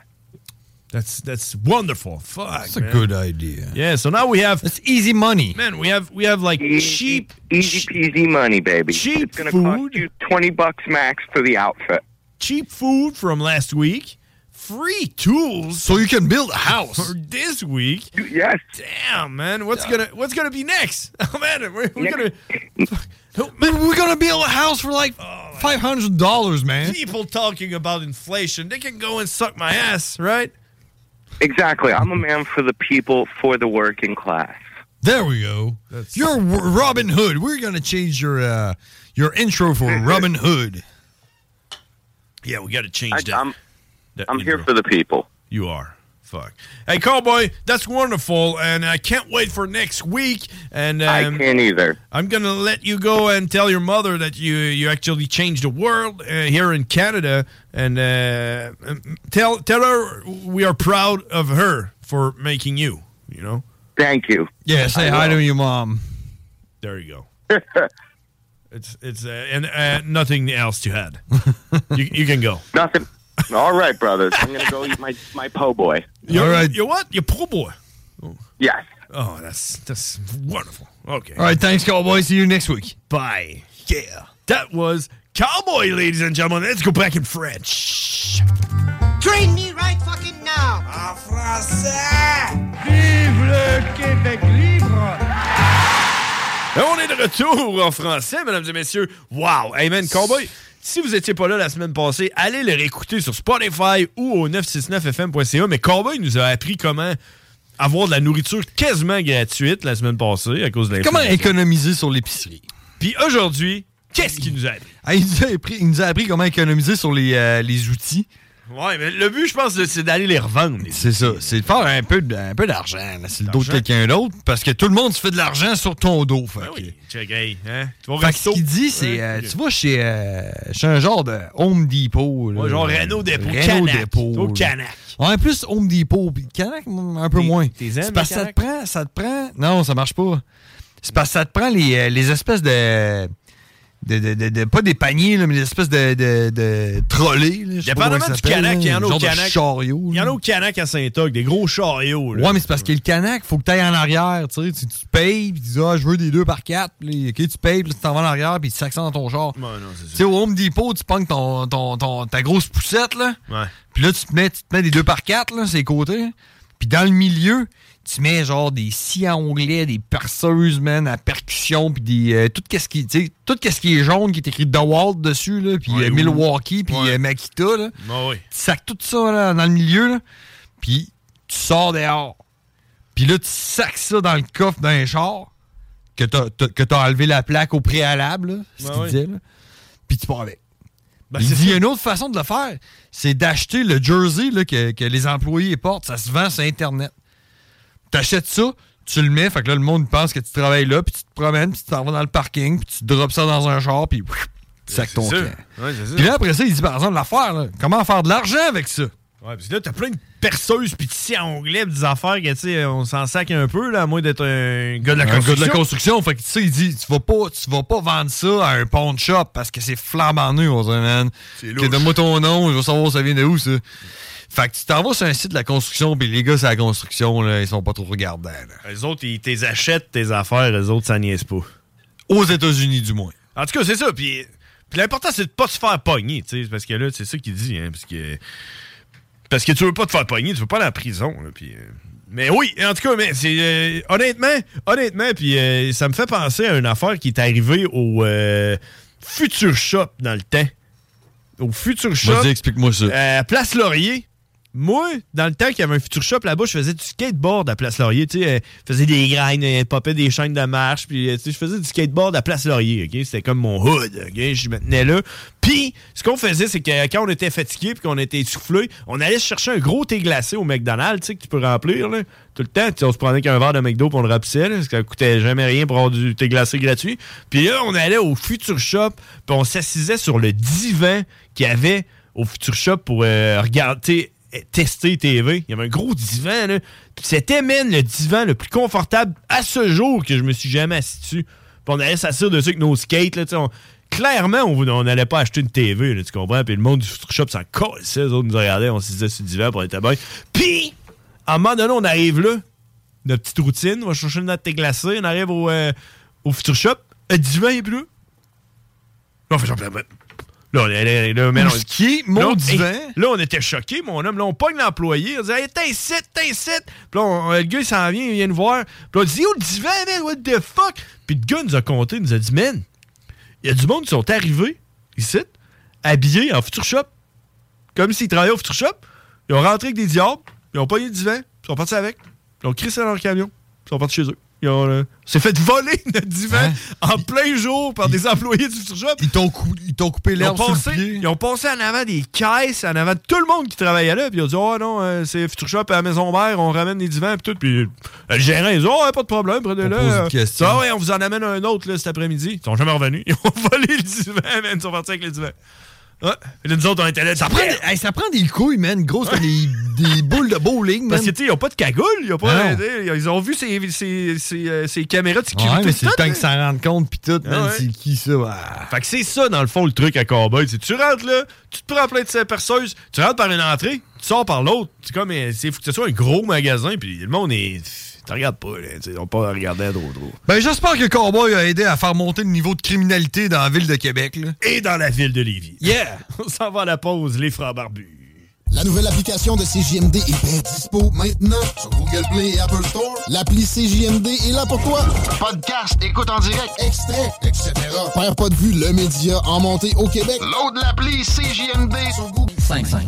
Speaker 8: That's that's wonderful. Fuck,
Speaker 9: That's a good idea.
Speaker 8: Yeah. So now we have
Speaker 9: it's easy money.
Speaker 8: Man, we have we have like cheap,
Speaker 10: easy peasy money, baby.
Speaker 8: Cheap
Speaker 10: it's gonna
Speaker 8: food.
Speaker 10: cost you twenty bucks max for the outfit.
Speaker 8: cheap food from last week, free tools,
Speaker 9: so you can build a house
Speaker 8: for this week.
Speaker 10: Yes.
Speaker 8: Damn, man, what's gonna what's gonna be next? Oh man, we're, we're gonna
Speaker 9: Man, we're gonna build a house for like
Speaker 16: Oh,
Speaker 9: five hundred dollars, man.
Speaker 8: people talking about inflation. They can go and suck my ass, right?
Speaker 10: Exactly. I'm a man for the people, for the working class.
Speaker 9: There we go. You're W- Robin Hood. We're gonna change your uh, your intro for Robin Hood.
Speaker 8: Yeah, we got to change
Speaker 10: I,
Speaker 8: that.
Speaker 10: I'm, I'm here for the people.
Speaker 8: You are. Fuck. Hey, Cowboy, that's wonderful, and I can't wait for next week. And um,
Speaker 16: I can't either.
Speaker 8: I'm gonna let you go and tell your mother that you you actually changed the world uh, here in Canada, and uh, um, tell tell her we are proud of her for making you. You know.
Speaker 16: Thank you.
Speaker 9: Yeah, say hi to your mom.
Speaker 8: There you go. it's it's uh, and uh, nothing else to add. you, you can go.
Speaker 16: Nothing. All right, brothers. I'm gonna go eat my my po' boy.
Speaker 8: You're, All right. You're what? You're poor boy.
Speaker 16: Yes.
Speaker 8: Oh, that's that's wonderful. Okay.
Speaker 9: All right, thanks, Cowboy. See you next week. Bye.
Speaker 8: Yeah. That was Cowboy, ladies and gentlemen. Let's go back in French.
Speaker 19: Train me right fucking now. En français. Vive le Québec libre.
Speaker 8: Et on est de retour en français, mesdames et messieurs. Wow! Hey man, Cowboy, si vous étiez pas là la semaine passée, allez le réécouter sur Spotify ou au 969fm.ca. Mais Cowboy nous a appris comment avoir de la nourriture quasiment gratuite la semaine passée à cause de
Speaker 9: Comment
Speaker 8: l'inflation.
Speaker 9: économiser sur l'épicerie?
Speaker 8: Puis aujourd'hui, qu'est-ce qu'il nous a appris?
Speaker 9: Ah, il, nous a appris, il nous a appris comment économiser sur les, euh, les outils.
Speaker 8: Ouais, mais le but, je pense, c'est d'aller les revendre.
Speaker 9: C'est ça. C'est de faire un peu, de- un peu d'argent. là, C'est le dos de quelqu'un d'autre. Parce que tout le monde se fait de l'argent sur ton dos.
Speaker 8: Ben
Speaker 9: Fait que-
Speaker 8: Check, hey, hein? Tu vas au
Speaker 9: Ah Fait que ce
Speaker 8: resto?
Speaker 9: qu'il dit, c'est, euh, tu vois, chez, euh, chez un genre de Home Depot. là. Euh,
Speaker 8: Ouais, genre Renault Depot,
Speaker 9: Renault
Speaker 8: Canac.
Speaker 9: Depot.
Speaker 8: Au
Speaker 9: là.
Speaker 8: Canac.
Speaker 9: Ouais, plus Home Depot, puis Canac, mm, un peu
Speaker 8: T'es-
Speaker 9: moins.
Speaker 8: t'es aimes,
Speaker 9: C'est parce
Speaker 8: les
Speaker 9: que ça te prend, ça te prend... Non, ça marche pas. C'est parce que ça te prend les, euh, les espèces de... de- de- de- de- pas des paniers, là, mais des espèces de, de, de trolley. là, je sais
Speaker 8: Dépendamment
Speaker 9: pas comment
Speaker 8: du
Speaker 9: ça s'appelle,
Speaker 8: Canac,
Speaker 9: là,
Speaker 8: il y en a au
Speaker 9: genre de
Speaker 8: Canac.
Speaker 9: chariot,
Speaker 8: Il y en a au Canac à Saint-Og, des gros chariots. là.
Speaker 9: Ouais, mais c'est parce que le canac, faut que tu ailles en arrière. Tu, sais, tu, tu payes, puis tu dis, ah, je veux des deux par quatre. Puis, là, OK, tu payes, puis tu t'en vas en arrière, puis tu t'accents dans ton char. tu sais, au Home Depot, tu pognes ton, ton, ton- ta grosse poussette, là.
Speaker 8: Ouais.
Speaker 9: Puis là, tu te mets, tu te mets des deux par quatre, là, ses côtés. Puis dans le milieu, tu mets genre des scies à onglets, des perceuses, man, à percussion, puis des. euh, tout qu'est-ce qui, tu sais, tout qu'est-ce qui est jaune, qui est écrit DeWalt dessus, là, puis euh,
Speaker 8: ou-
Speaker 9: Milwaukee, puis euh, Makita, là.
Speaker 8: Ouais, ouais.
Speaker 9: Tu sacs tout ça là, dans le milieu, là, puis tu sors dehors. Puis là, tu sacs ça dans le coffre d'un char que t'as t'as- que t'as enlevé la plaque au préalable, là, ce
Speaker 8: Ouais,
Speaker 9: qu'il
Speaker 8: ouais.
Speaker 9: disait, là, puis tu pars avec.
Speaker 8: Ben,
Speaker 9: Il
Speaker 8: c'est
Speaker 9: dit
Speaker 8: ça.
Speaker 9: une autre façon de le faire, c'est d'acheter le jersey là, que, que les employés portent. Ça se vend sur Internet. T'achètes ça, tu le mets, fait que là, le monde pense que tu travailles là, puis tu te promènes, puis tu t'en vas dans le parking, puis tu drops ça dans un char, puis pff, tu sacs ton
Speaker 8: ça.
Speaker 9: camp.
Speaker 8: Ouais, c'est ça.
Speaker 9: Puis là, après ça, il dit, par exemple, l'affaire, là, comment faire de l'argent avec ça?
Speaker 8: Ouais, parce que là, t'as plein de perceuses pis de scies à onglets pis des affaires que, tu sais, on s'en sac un peu, là, à moins d'être un gars de la
Speaker 9: Un
Speaker 8: construction.
Speaker 9: gars de la construction, fait que tu sais, il dit, tu vas pas, tu vas pas vendre ça à un pawn shop parce que c'est flambant nu, on dit, man.
Speaker 8: C'est
Speaker 9: Que Donne-moi ton nom, je veux savoir ça vient de où, ça. Fait que tu t'en vas sur un site de la construction, puis les gars, c'est la construction, là, ils sont pas trop regardants, là.
Speaker 8: Eux autres, ils t'es achètent tes affaires, eux autres, ça niaise pas.
Speaker 9: Aux États-Unis, du moins.
Speaker 8: En tout cas, c'est ça. Puis, puis l'important, c'est de pas se faire pogner, tu sais, parce que là, c'est ça qu'il dit, hein, parce que... Parce que tu veux pas te faire pogner, tu veux pas aller en prison, là, puis... euh, Mais oui, en tout cas, mais c'est euh, honnêtement, honnêtement, puis euh, ça me fait penser à une affaire qui est arrivée au euh, Future Shop dans le temps. Au Future Shop.
Speaker 9: Vas-y, explique-moi ça.
Speaker 8: Euh, Place Laurier. Moi, dans le temps qu'il y avait un futur shop là-bas, je faisais du skateboard à Place Laurier. Tu sais, euh, je faisais des grinds, euh, popais des chaînes de marche. Puis, euh, tu sais, je faisais du skateboard à Place Laurier. ok? C'était comme mon hood. ok? Je me tenais là. Puis, ce qu'on faisait, c'est que quand on était fatigué puis qu'on était essoufflé, on allait se chercher un gros thé glacé au McDonald's, tu sais, que tu peux remplir. là. Tout le temps, Tu sais, on se prenait qu'un verre de McDo pour on le remplissait. là, parce que ça coûtait jamais rien pour avoir du thé glacé gratuit. Puis là, on allait au futur shop. Puis, on s'assisait sur le divan qu'il y avait au Future Shop pour euh, regarder, eh, tester TV. Il y avait un gros divan, là. Puis c'était, man, le divan le plus confortable à ce jour que je me suis jamais assis dessus. Puis on allait s'assurer de ça avec nos skates, là, tu sais, on- Clairement, on on n'allait pas acheter une TV, là, tu comprends? Puis le monde du Future Shop s'en collissait. Les autres nous regardaient, on s'assit sur le divan pour être à bain. Puis, à un moment donné, on arrive là, notre petite routine, on va chercher notre thé glacé, on arrive au, euh, au Future Shop, le divan il est plus là. Là, on fait genre, ben, Là, on est- là, là, man,
Speaker 9: Où
Speaker 8: on-
Speaker 9: ce qui est, mon
Speaker 8: là, on-
Speaker 9: divan?
Speaker 8: hey, Là, on était choqués, mon homme. Là, on pogne l'employé. On dit, hey, t'es ici, t'es ici. Puis là, on- le gars, il s'en vient, il vient nous voir. Puis là, on dit, où le divan, man? What the fuck? Puis le gars nous a compté, il nous a dit, man, il y a du monde qui sont arrivés, ici, habillés en futur shop. Comme s'ils travaillaient au futur shop. Ils ont rentré avec des diables, ils ont pogné le divan, puis ils sont partis avec. Ils ont crissé dans leur camion, puis ils sont partis chez eux. Ils ont, euh, s'est fait voler notre divan en plein jour par des employés du surshop. Ils t'ont coupé
Speaker 9: l'herbe sur le
Speaker 8: Ils ont passé en avant des caisses, en avant de tout le monde qui travaillait là. Puis ils ont dit Oh non, euh, c'est Future Shop à la maison mère, on ramène les divans. Puis tout. Puis euh, le gérant, ils ont oh, ouais, pas de problème, prenez-le.
Speaker 9: pose une
Speaker 8: Euh,
Speaker 9: question.
Speaker 8: Ah ouais, on vous en amène un autre là, cet après-midi. Ils sont jamais revenus. Ils ont volé le divan, man. Ils sont partis avec le divan. Ouais. Puis là, nous autres, on était là. Ça prend,
Speaker 9: Hey, ça prend des couilles, man, grosses comme des, des boules de bowling,
Speaker 8: Parce que,
Speaker 9: man.
Speaker 8: tu sais, ils ont pas de cagoule, ils ont pas.
Speaker 9: Non.
Speaker 8: tu sais, Ils ont vu ces, ces- ces, euh, ces caméras de sécurité.
Speaker 9: Ouais, mais
Speaker 8: tout
Speaker 9: c'est le temps
Speaker 8: là.
Speaker 9: qu'ils s'en rendent compte, pis tout, man,
Speaker 8: Ah ouais.
Speaker 9: c'est qui ça? Ah. ouais.
Speaker 8: Fait que c'est ça, dans le fond, le truc à cowboy. C'est tu rentres là, tu te prends plein de ces perceuses, tu rentres par une entrée, tu sors par l'autre. C'est comme, euh, c'est faut que ce soit un gros magasin, puis le monde est. T'en regardes pas, là. tu sais, Ils ont pas regardé à trop trop.
Speaker 9: Ben, j'espère que Cowboy a aidé à faire monter le niveau de criminalité dans la ville de Québec, là.
Speaker 8: Et dans la ville de Lévis. Yeah! On s'en va à la pause, les frères barbus.
Speaker 1: La nouvelle application de CJMD est bien dispo maintenant sur Google Play et Apple Store. L'appli CJMD est là pour toi. Podcast, écoute en direct, extrait, etc. Père pas de vue, le média en montée au Québec. Load l'appli CJMD sur Google. 5-5.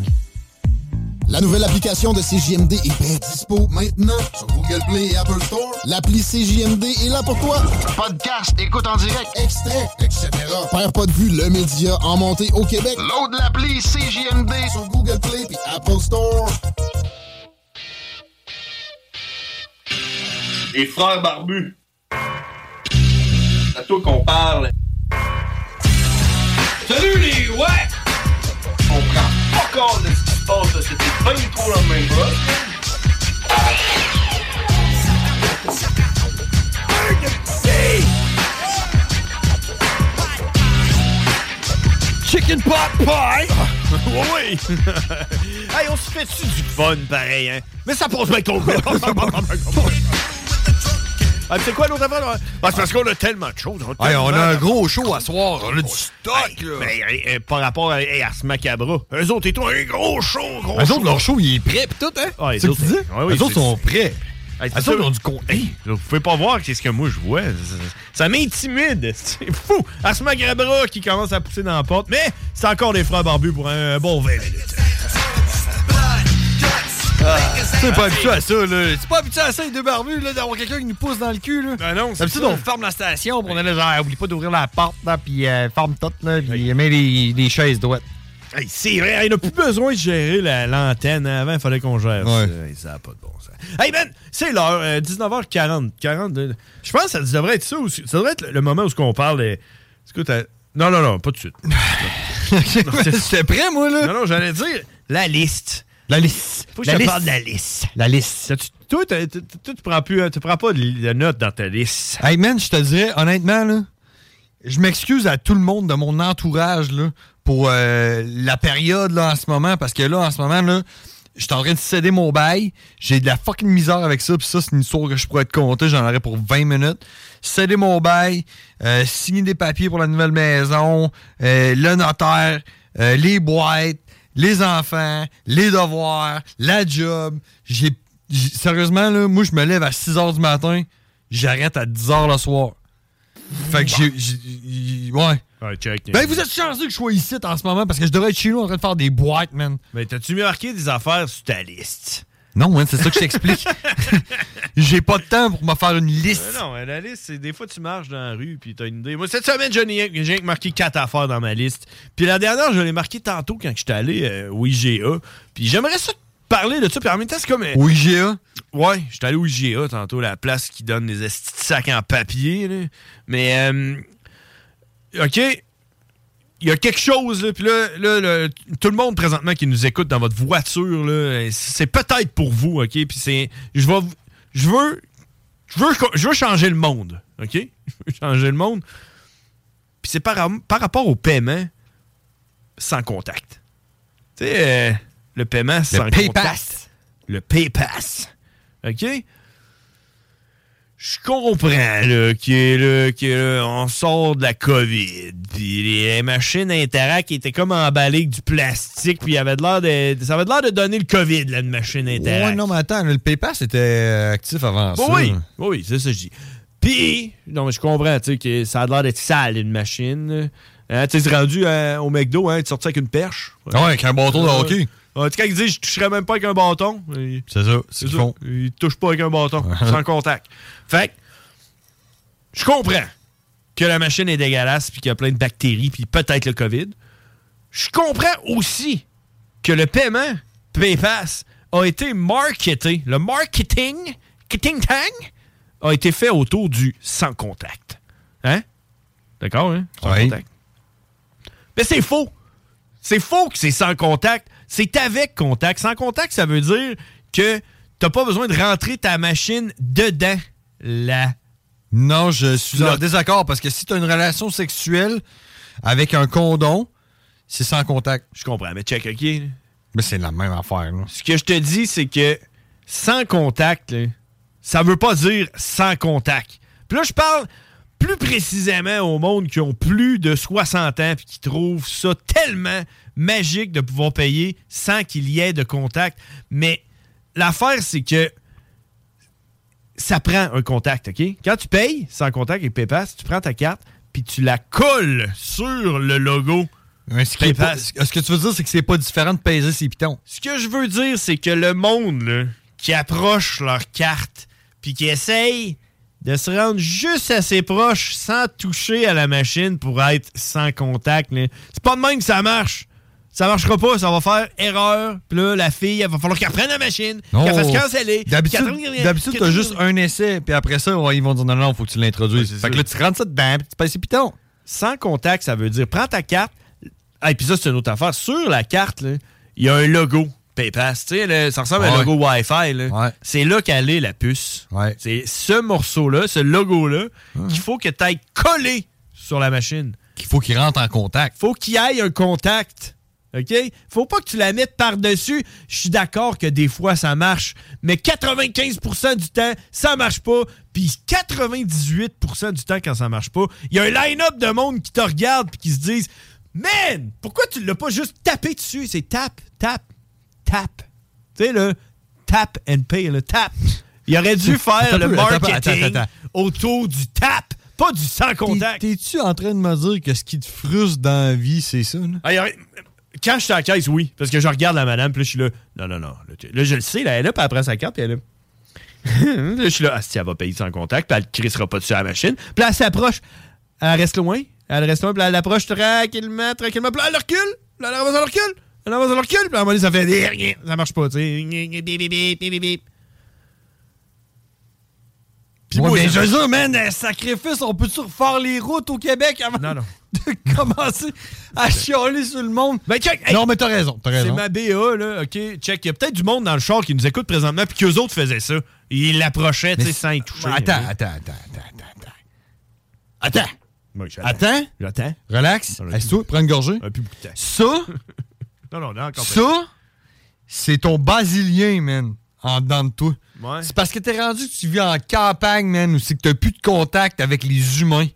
Speaker 1: La nouvelle application de CJMD est bien dispo maintenant sur Google Play et Apple Store. L'appli CJMD est là pour toi. Podcast, écoute en direct, extrait, etc. Père pas de vue, le média en montée au Québec. Load l'appli CJMD sur Google Play et Apple Store.
Speaker 20: Les frères barbus. C'est à toi qu'on parle. Salut les ouais! On prend pas compte de ce qui se passe, là. c'était bien trop dans le même bras.
Speaker 8: Chicken pot pie! oui! hey, on se fait-tu du fun pareil, hein? Mais ça passe bien complètement! ah, c'est quoi l'autre affaire? Ah, c'est parce qu'on a tellement de choses. a
Speaker 9: Hey, on a un
Speaker 8: tellement-
Speaker 9: gros show à soir, on a du stock,
Speaker 8: Hey, Mais hey, hey, par rapport à, hey, à ce macabre, eux autres, ils ont un gros show, gros
Speaker 9: Eux
Speaker 8: show.
Speaker 9: autres, leur show, il est prêt, pis tout, hein?
Speaker 8: Ouais,
Speaker 9: C'est
Speaker 8: les
Speaker 9: ce que tu dis?
Speaker 8: ouais, oui,
Speaker 9: Eux autres
Speaker 8: c'est-
Speaker 9: sont prêts.
Speaker 8: Hey, c'est
Speaker 9: Eux
Speaker 8: sûr.
Speaker 9: autres, ils ont du con.
Speaker 8: Hey, vous pouvez pas voir qu'est-ce que moi je vois. Ça, ça m'intimide. C'est fou. À ce macabre qui commence à pousser dans la porte, mais c'est encore des frères barbus pour un bon 20 minutes.
Speaker 9: Ah, C'est pas habitué à ça, là. C'est pas habitué à ça, les deux barbus, là, d'avoir quelqu'un qui nous pousse dans le cul, là.
Speaker 8: Ben non, c'est
Speaker 9: D'habitude,
Speaker 8: ça.
Speaker 9: on ferme la station, pis on est là, genre, oublie pas d'ouvrir la porte, là, pis euh, ferme tout, là, pis mets les, les chaises droites.
Speaker 8: Hey, c'est vrai, on a plus besoin de gérer la- l'antenne. Avant, il fallait qu'on gère ça. Hey, ça a pas de bon sens. Hey Ben, c'est l'heure, euh, 19h40. 40, euh, je pense que ça devrait être ça aussi. Ça devrait être le, le moment où ce qu'on parle. euh, est-ce que t'as- non, non, non, pas tout de suite.
Speaker 9: J'étais prêt, moi, là.
Speaker 8: Non, non, j'allais dire la liste.
Speaker 9: La liste.
Speaker 8: Faut que
Speaker 9: La
Speaker 8: je te
Speaker 9: liste.
Speaker 8: parle de la liste.
Speaker 9: La liste.
Speaker 8: T'as-tu- Toi, t'as- t'as- toi, tu prends plus, euh, tu prends pas de, de notes dans ta liste.
Speaker 9: Hey man, je te dirais, honnêtement, là, je m'excuse à tout le monde de mon entourage là, pour euh, la période là, en ce moment, parce que là, en ce moment, là, je suis en train de céder mon bail. J'ai de la fucking misère avec ça, puis ça, c'est une histoire que je pourrais te compter, j'en aurais pour 20 minutes. Céder mon bail, euh, signer des papiers pour la nouvelle maison, euh, le notaire, euh, les boîtes, les enfants, les devoirs, la job. J'ai j'- Sérieusement, là, moi, je me lève à 6 h du matin, j'arrête à 10 h le soir. Fait que j'ai- j'ai. j'ai- Ouais.
Speaker 8: Ouais, check.
Speaker 9: Ben, vous êtes chanceux que je sois ici en ce moment parce que je devrais être chez nous en train de faire des boîtes, man.
Speaker 8: Mais t'as-tu marqué des affaires sur ta liste?
Speaker 9: Non, man, c'est ça que je t'explique. J'ai pas de temps pour me faire une liste.
Speaker 8: Euh, non, euh, la liste, c'est des fois tu marches dans la rue puis t'as une idée. Moi, cette semaine, j'en ai- j'ai rien que marqué quatre affaires dans ma liste. Puis la dernière, je l'ai marqué tantôt quand j'étais allé euh, au IGA. Puis j'aimerais ça te parler de ça. Puis en même temps, c'est comme. euh,
Speaker 9: Au IGA?
Speaker 8: Ouais, j'étais allé au IGA tantôt, la place qui donne des esti de sacs en papier. là. Mais. euh, OK il y a quelque chose, là, puis là, là, le- tout le monde présentement qui nous écoute dans votre voiture, là, c'est peut-être pour vous, OK? Puis c'est. Je vais. vous- Je veux. Je veux, je veux changer le monde, OK? Je veux changer le monde. Puis c'est par, par rapport au paiement sans contact. Tu sais, euh, le paiement sans contact.
Speaker 9: PayPass.
Speaker 8: Le PayPass. OK? Je comprends là, que, là, que, là, on sort de la COVID, puis les machines à Interac étaient comme emballées avec du plastique, puis il y avait de l'air de, ça avait de l'air de donner le COVID, là, une machine à Interac.
Speaker 9: Ouais, non, mais attends, le PayPass était euh, actif avant
Speaker 8: Bah
Speaker 9: ça.
Speaker 8: oui, bah oui, c'est ça que je dis. Puis, non, mais je comprends, tu sais, que ça a l'air d'être sale, une machine. Hein, tu sais, c'est rendu hein, au McDo, hein, tu sorti avec une perche.
Speaker 9: Ouais, avec un bâton de hockey.
Speaker 8: Ouais, tu sais, quand ils disent, je toucherais même pas avec un bâton. Euh, ils-
Speaker 9: C'est ça, c'est ce
Speaker 8: c'est
Speaker 9: qu'ils
Speaker 8: ça.
Speaker 9: font.
Speaker 8: Ils touchent pas avec un bâton, sans contact. Fait que, je comprends que la machine est dégueulasse, puis qu'il y a plein de bactéries, puis peut-être le COVID. Je comprends aussi que le paiement PayPass a été marketé. Le marketing, marketing tang, a été fait autour du sans contact. Hein? D'accord, hein? Sans contact. Mais c'est faux. C'est faux que c'est sans contact. C'est avec contact. Sans contact, ça veut dire que t'as pas besoin de rentrer ta machine dedans la
Speaker 9: Non, je suis en désaccord parce que si tu as une relation sexuelle avec un condom, c'est sans contact.
Speaker 8: Je comprends, mais check, OK?
Speaker 9: Mais Ben, c'est la même affaire. là.
Speaker 8: Ce que je te dis, c'est que sans contact, là, ça veut pas dire sans contact. Puis là, je parle plus précisément au monde qui ont plus de 60 ans puis qui trouvent ça tellement magique de pouvoir payer sans qu'il y ait de contact. Mais l'affaire, c'est que ça prend un contact, OK? Quand tu payes sans contact avec PayPass, tu prends ta carte puis tu la colles sur le logo
Speaker 9: Ce, qui est pas- ce que tu veux dire, c'est que c'est pas différent de peser ses pitons.
Speaker 8: ce que je veux dire, c'est que le monde là, qui approche leur carte puis qui essaye de se rendre juste assez proche sans toucher à la machine pour être sans contact, là, c'est pas de même que ça marche. Ça marchera pas, ça va faire erreur. Puis là, la fille, il va falloir qu'elle prenne la machine,
Speaker 9: Non.
Speaker 8: qu'elle fasse canceller.
Speaker 9: D'habitude, d'habitude, t'as juste un essai, puis après ça, ouais, ils vont dire non, non, faut que tu l'introduises. fait que là, tu rentres ça dedans, puis tu passes ses pitons.
Speaker 8: Sans contact, ça veut dire prends ta carte. Ah, Et puis ça, c'est une autre affaire. Sur la carte, là, il y a un logo PayPass. Tu sais, là, ça ressemble à un
Speaker 9: Ouais.
Speaker 8: logo Wi-Fi. là. C'est là qu'elle est, la puce. C'est ce morceau-là, ce logo-là,
Speaker 9: Ah.
Speaker 8: qu'il faut que tu ailles coller sur la machine.
Speaker 9: Qu'il faut qu'il rentre en contact.
Speaker 8: faut qu'il aille un contact. OK? Faut pas que tu la mettes par-dessus. Je suis d'accord que des fois, ça marche, mais 95% du temps, ça marche pas. Puis 98% du temps, quand ça marche pas, il y a un line-up de monde qui te regarde puis qui se disent Man, pourquoi tu l'as pas juste tapé dessus? C'est tap, tap, tap. Tu sais, le tap and pay, le tap. Il aurait dû faire
Speaker 9: Attends
Speaker 8: le
Speaker 9: un peu, attends, attends,
Speaker 8: marketing
Speaker 9: attends, attends.
Speaker 8: autour du tap, pas du sans contact.
Speaker 9: T'es-tu en train de me dire que ce qui te frustre dans la vie, c'est ça, là?
Speaker 8: Hey, arrête. quand je suis à la caisse, oui. Parce que je regarde la madame, puis là, je suis là. Non, non, non. Là, tu- là, je le sais, là, elle est là, puis elle prend sa carte, puis elle est là. là, je suis là. Ah, si elle va payer sans contact, puis elle ne crissera pas dessus à la machine. Puis là, elle s'approche. Elle reste loin. Elle reste loin, puis là, elle approche tranquillement, tranquillement. Puis là, elle recule. Puis là, elle avance, elle recule. Elle avance, elle recule. Puis là, à un moment donné, ça fait. Eh, rien. Ça marche pas, tu sais. Bip, bip, bip, bip, bip, bip.
Speaker 9: Puis
Speaker 8: Ouais,
Speaker 9: moi,
Speaker 8: mais-
Speaker 9: je veux dire, man, euh, sacrifice, on peut-tu refaire les routes au Québec avant de commencer à chialer sur le monde? non, mais t'as raison, t'as
Speaker 8: Ben, C'est
Speaker 9: raison.
Speaker 8: ma BA, là. OK, check. Il y a peut-être du monde dans le char qui nous écoute présentement, puis qu'eux autres faisaient ça. Ils l'approchaient, tu sais, sans y toucher.
Speaker 9: Attends,
Speaker 8: Oui.
Speaker 9: attends, attends, attends, attends. Attends.
Speaker 8: Moi, je-
Speaker 9: Attends.
Speaker 8: J'attends.
Speaker 9: Relax. Assieds-toi, prends une gorgée. Ça,
Speaker 8: Non, non, non, encore pas.
Speaker 9: ça, c'est ton basilien, man, en dedans de toi.
Speaker 8: Ouais.
Speaker 9: C'est parce que t'es rendu que tu vis en campagne, man, où c'est que t'as plus de contact avec les humains.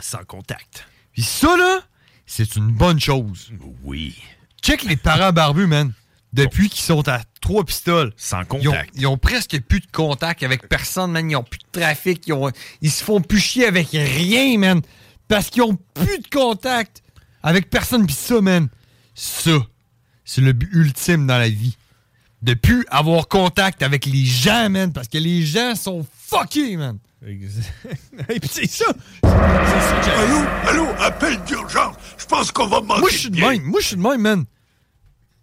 Speaker 8: Sans contact.
Speaker 9: Puis ça, là, c'est une bonne chose.
Speaker 8: Oui.
Speaker 9: Check les parents barbus, man. Depuis qu'ils sont à trois pistoles.
Speaker 8: Sans
Speaker 9: Ils ont,
Speaker 8: contact.
Speaker 9: ils ont presque plus de contact avec personne, man. Ils ont plus de trafic. Ils, ont- ils se font plus chier avec rien, man. Parce qu'ils ont plus de contact avec personne. Puis ça, man, ça, c'est le but ultime dans la vie. De plus avoir contact avec les gens, man. Parce que les gens sont fuckés, man.
Speaker 8: Et puis c'est ça.
Speaker 9: Allô,
Speaker 2: allô, appel d'urgence. Je pense qu'on va manquer.
Speaker 9: Moi, je suis de même. Moi, je suis de même, man.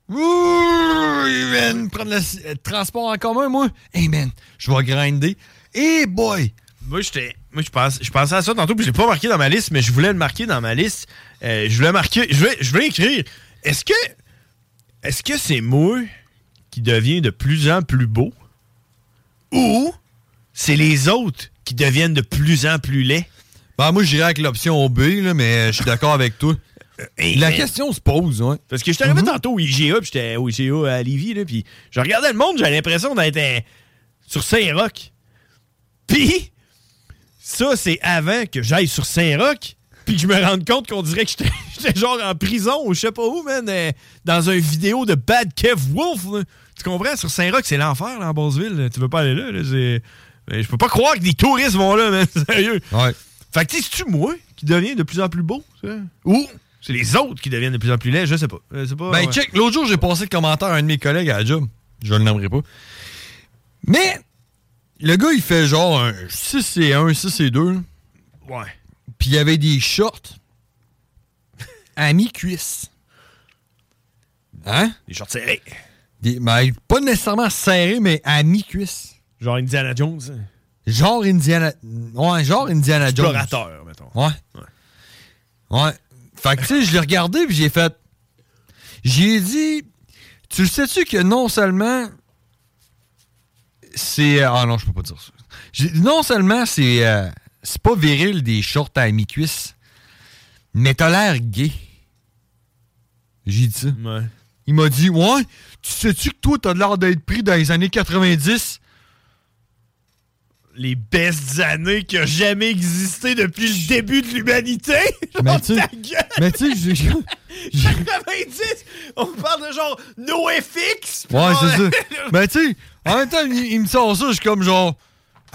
Speaker 9: Ouh, hey, man. Prendre le s- euh, transport en commun, moi. Hey, man, je vais grinder. Hey, boy.
Speaker 8: Moi, j'étais. Moi, je pense, je pensais à ça tantôt, puis j'ai pas marqué dans ma liste, mais je voulais le marquer dans ma liste. Euh, je voulais marquer. Je voulais, je voulais écrire. Est-ce que. Est-ce que c'est moi qui devient de plus en plus beau? Ou c'est les autres qui deviennent de plus en plus laids?
Speaker 9: Ben, moi, j'irais avec l'option B, là, mais euh, je suis d'accord avec toi. La question se pose, ouais.
Speaker 8: Parce que je suis arrivé
Speaker 9: Mhm.
Speaker 8: tantôt au IGA, puis j'étais au IGA à Lévis, là, puis je regardais le monde, j'avais l'impression d'être euh, sur Saint-Roch. Puis, ça, c'est avant que j'aille sur Saint-Roch, puis que je me rende compte qu'on dirait que j'étais- j'étais genre en prison ou je sais pas où, man, euh, dans une vidéo de Bad Kev Wolf. là. Tu comprends? Sur Saint-Roch, c'est l'enfer, là, en Basseville. là. Tu veux pas aller là, là, c'est- Mais je peux pas croire que des touristes vont là, man, sérieux.
Speaker 9: Ouais.
Speaker 8: Fait que, tu sais, c'est-tu moi qui deviens de plus en plus beau, ça? Ou c'est les autres qui deviennent de plus en plus laids, je sais pas. Euh, c'est pas
Speaker 9: Ben,
Speaker 8: ouais.
Speaker 9: check, l'autre jour, j'ai passé le commentaire à un de mes collègues à la job. Je le nommerai pas. Mais, le gars, il fait genre un 6 et 1, 6 et 2.
Speaker 8: Ouais.
Speaker 9: Puis il y avait des shorts à mi-cuisse. Hein?
Speaker 8: Des shorts serrés.
Speaker 9: Des- ben, pas nécessairement serrés, mais à mi-cuisse.
Speaker 8: Genre Indiana Jones.
Speaker 9: Genre Indiana. Ouais, genre Indiana Jones.
Speaker 8: Explorateur, mettons.
Speaker 9: Ouais. Ouais. Fait que, tu sais, je l'ai regardé puis j'ai fait. J'ai dit. Tu le sais-tu que non seulement. C'est. Ah non, je peux pas dire ça. J'ai dit, non seulement c'est. euh, c'est pas viril des shorts à mi-cuisse, mais t'as l'air gay. J'ai dit ça. Il m'a dit, ouais, tu sais-tu que toi, t'as l'air d'être pris dans les années 90?
Speaker 8: Les bestes années qui ont jamais existé depuis le début de l'humanité.
Speaker 9: Mais tu sais- mais tu sais, j'ai-
Speaker 8: 90, on parle de genre NoFX. puis
Speaker 9: Ouais,
Speaker 8: on-
Speaker 9: c'est ça. Mais tu sais, en même temps, il, il me sort ça, je suis comme genre.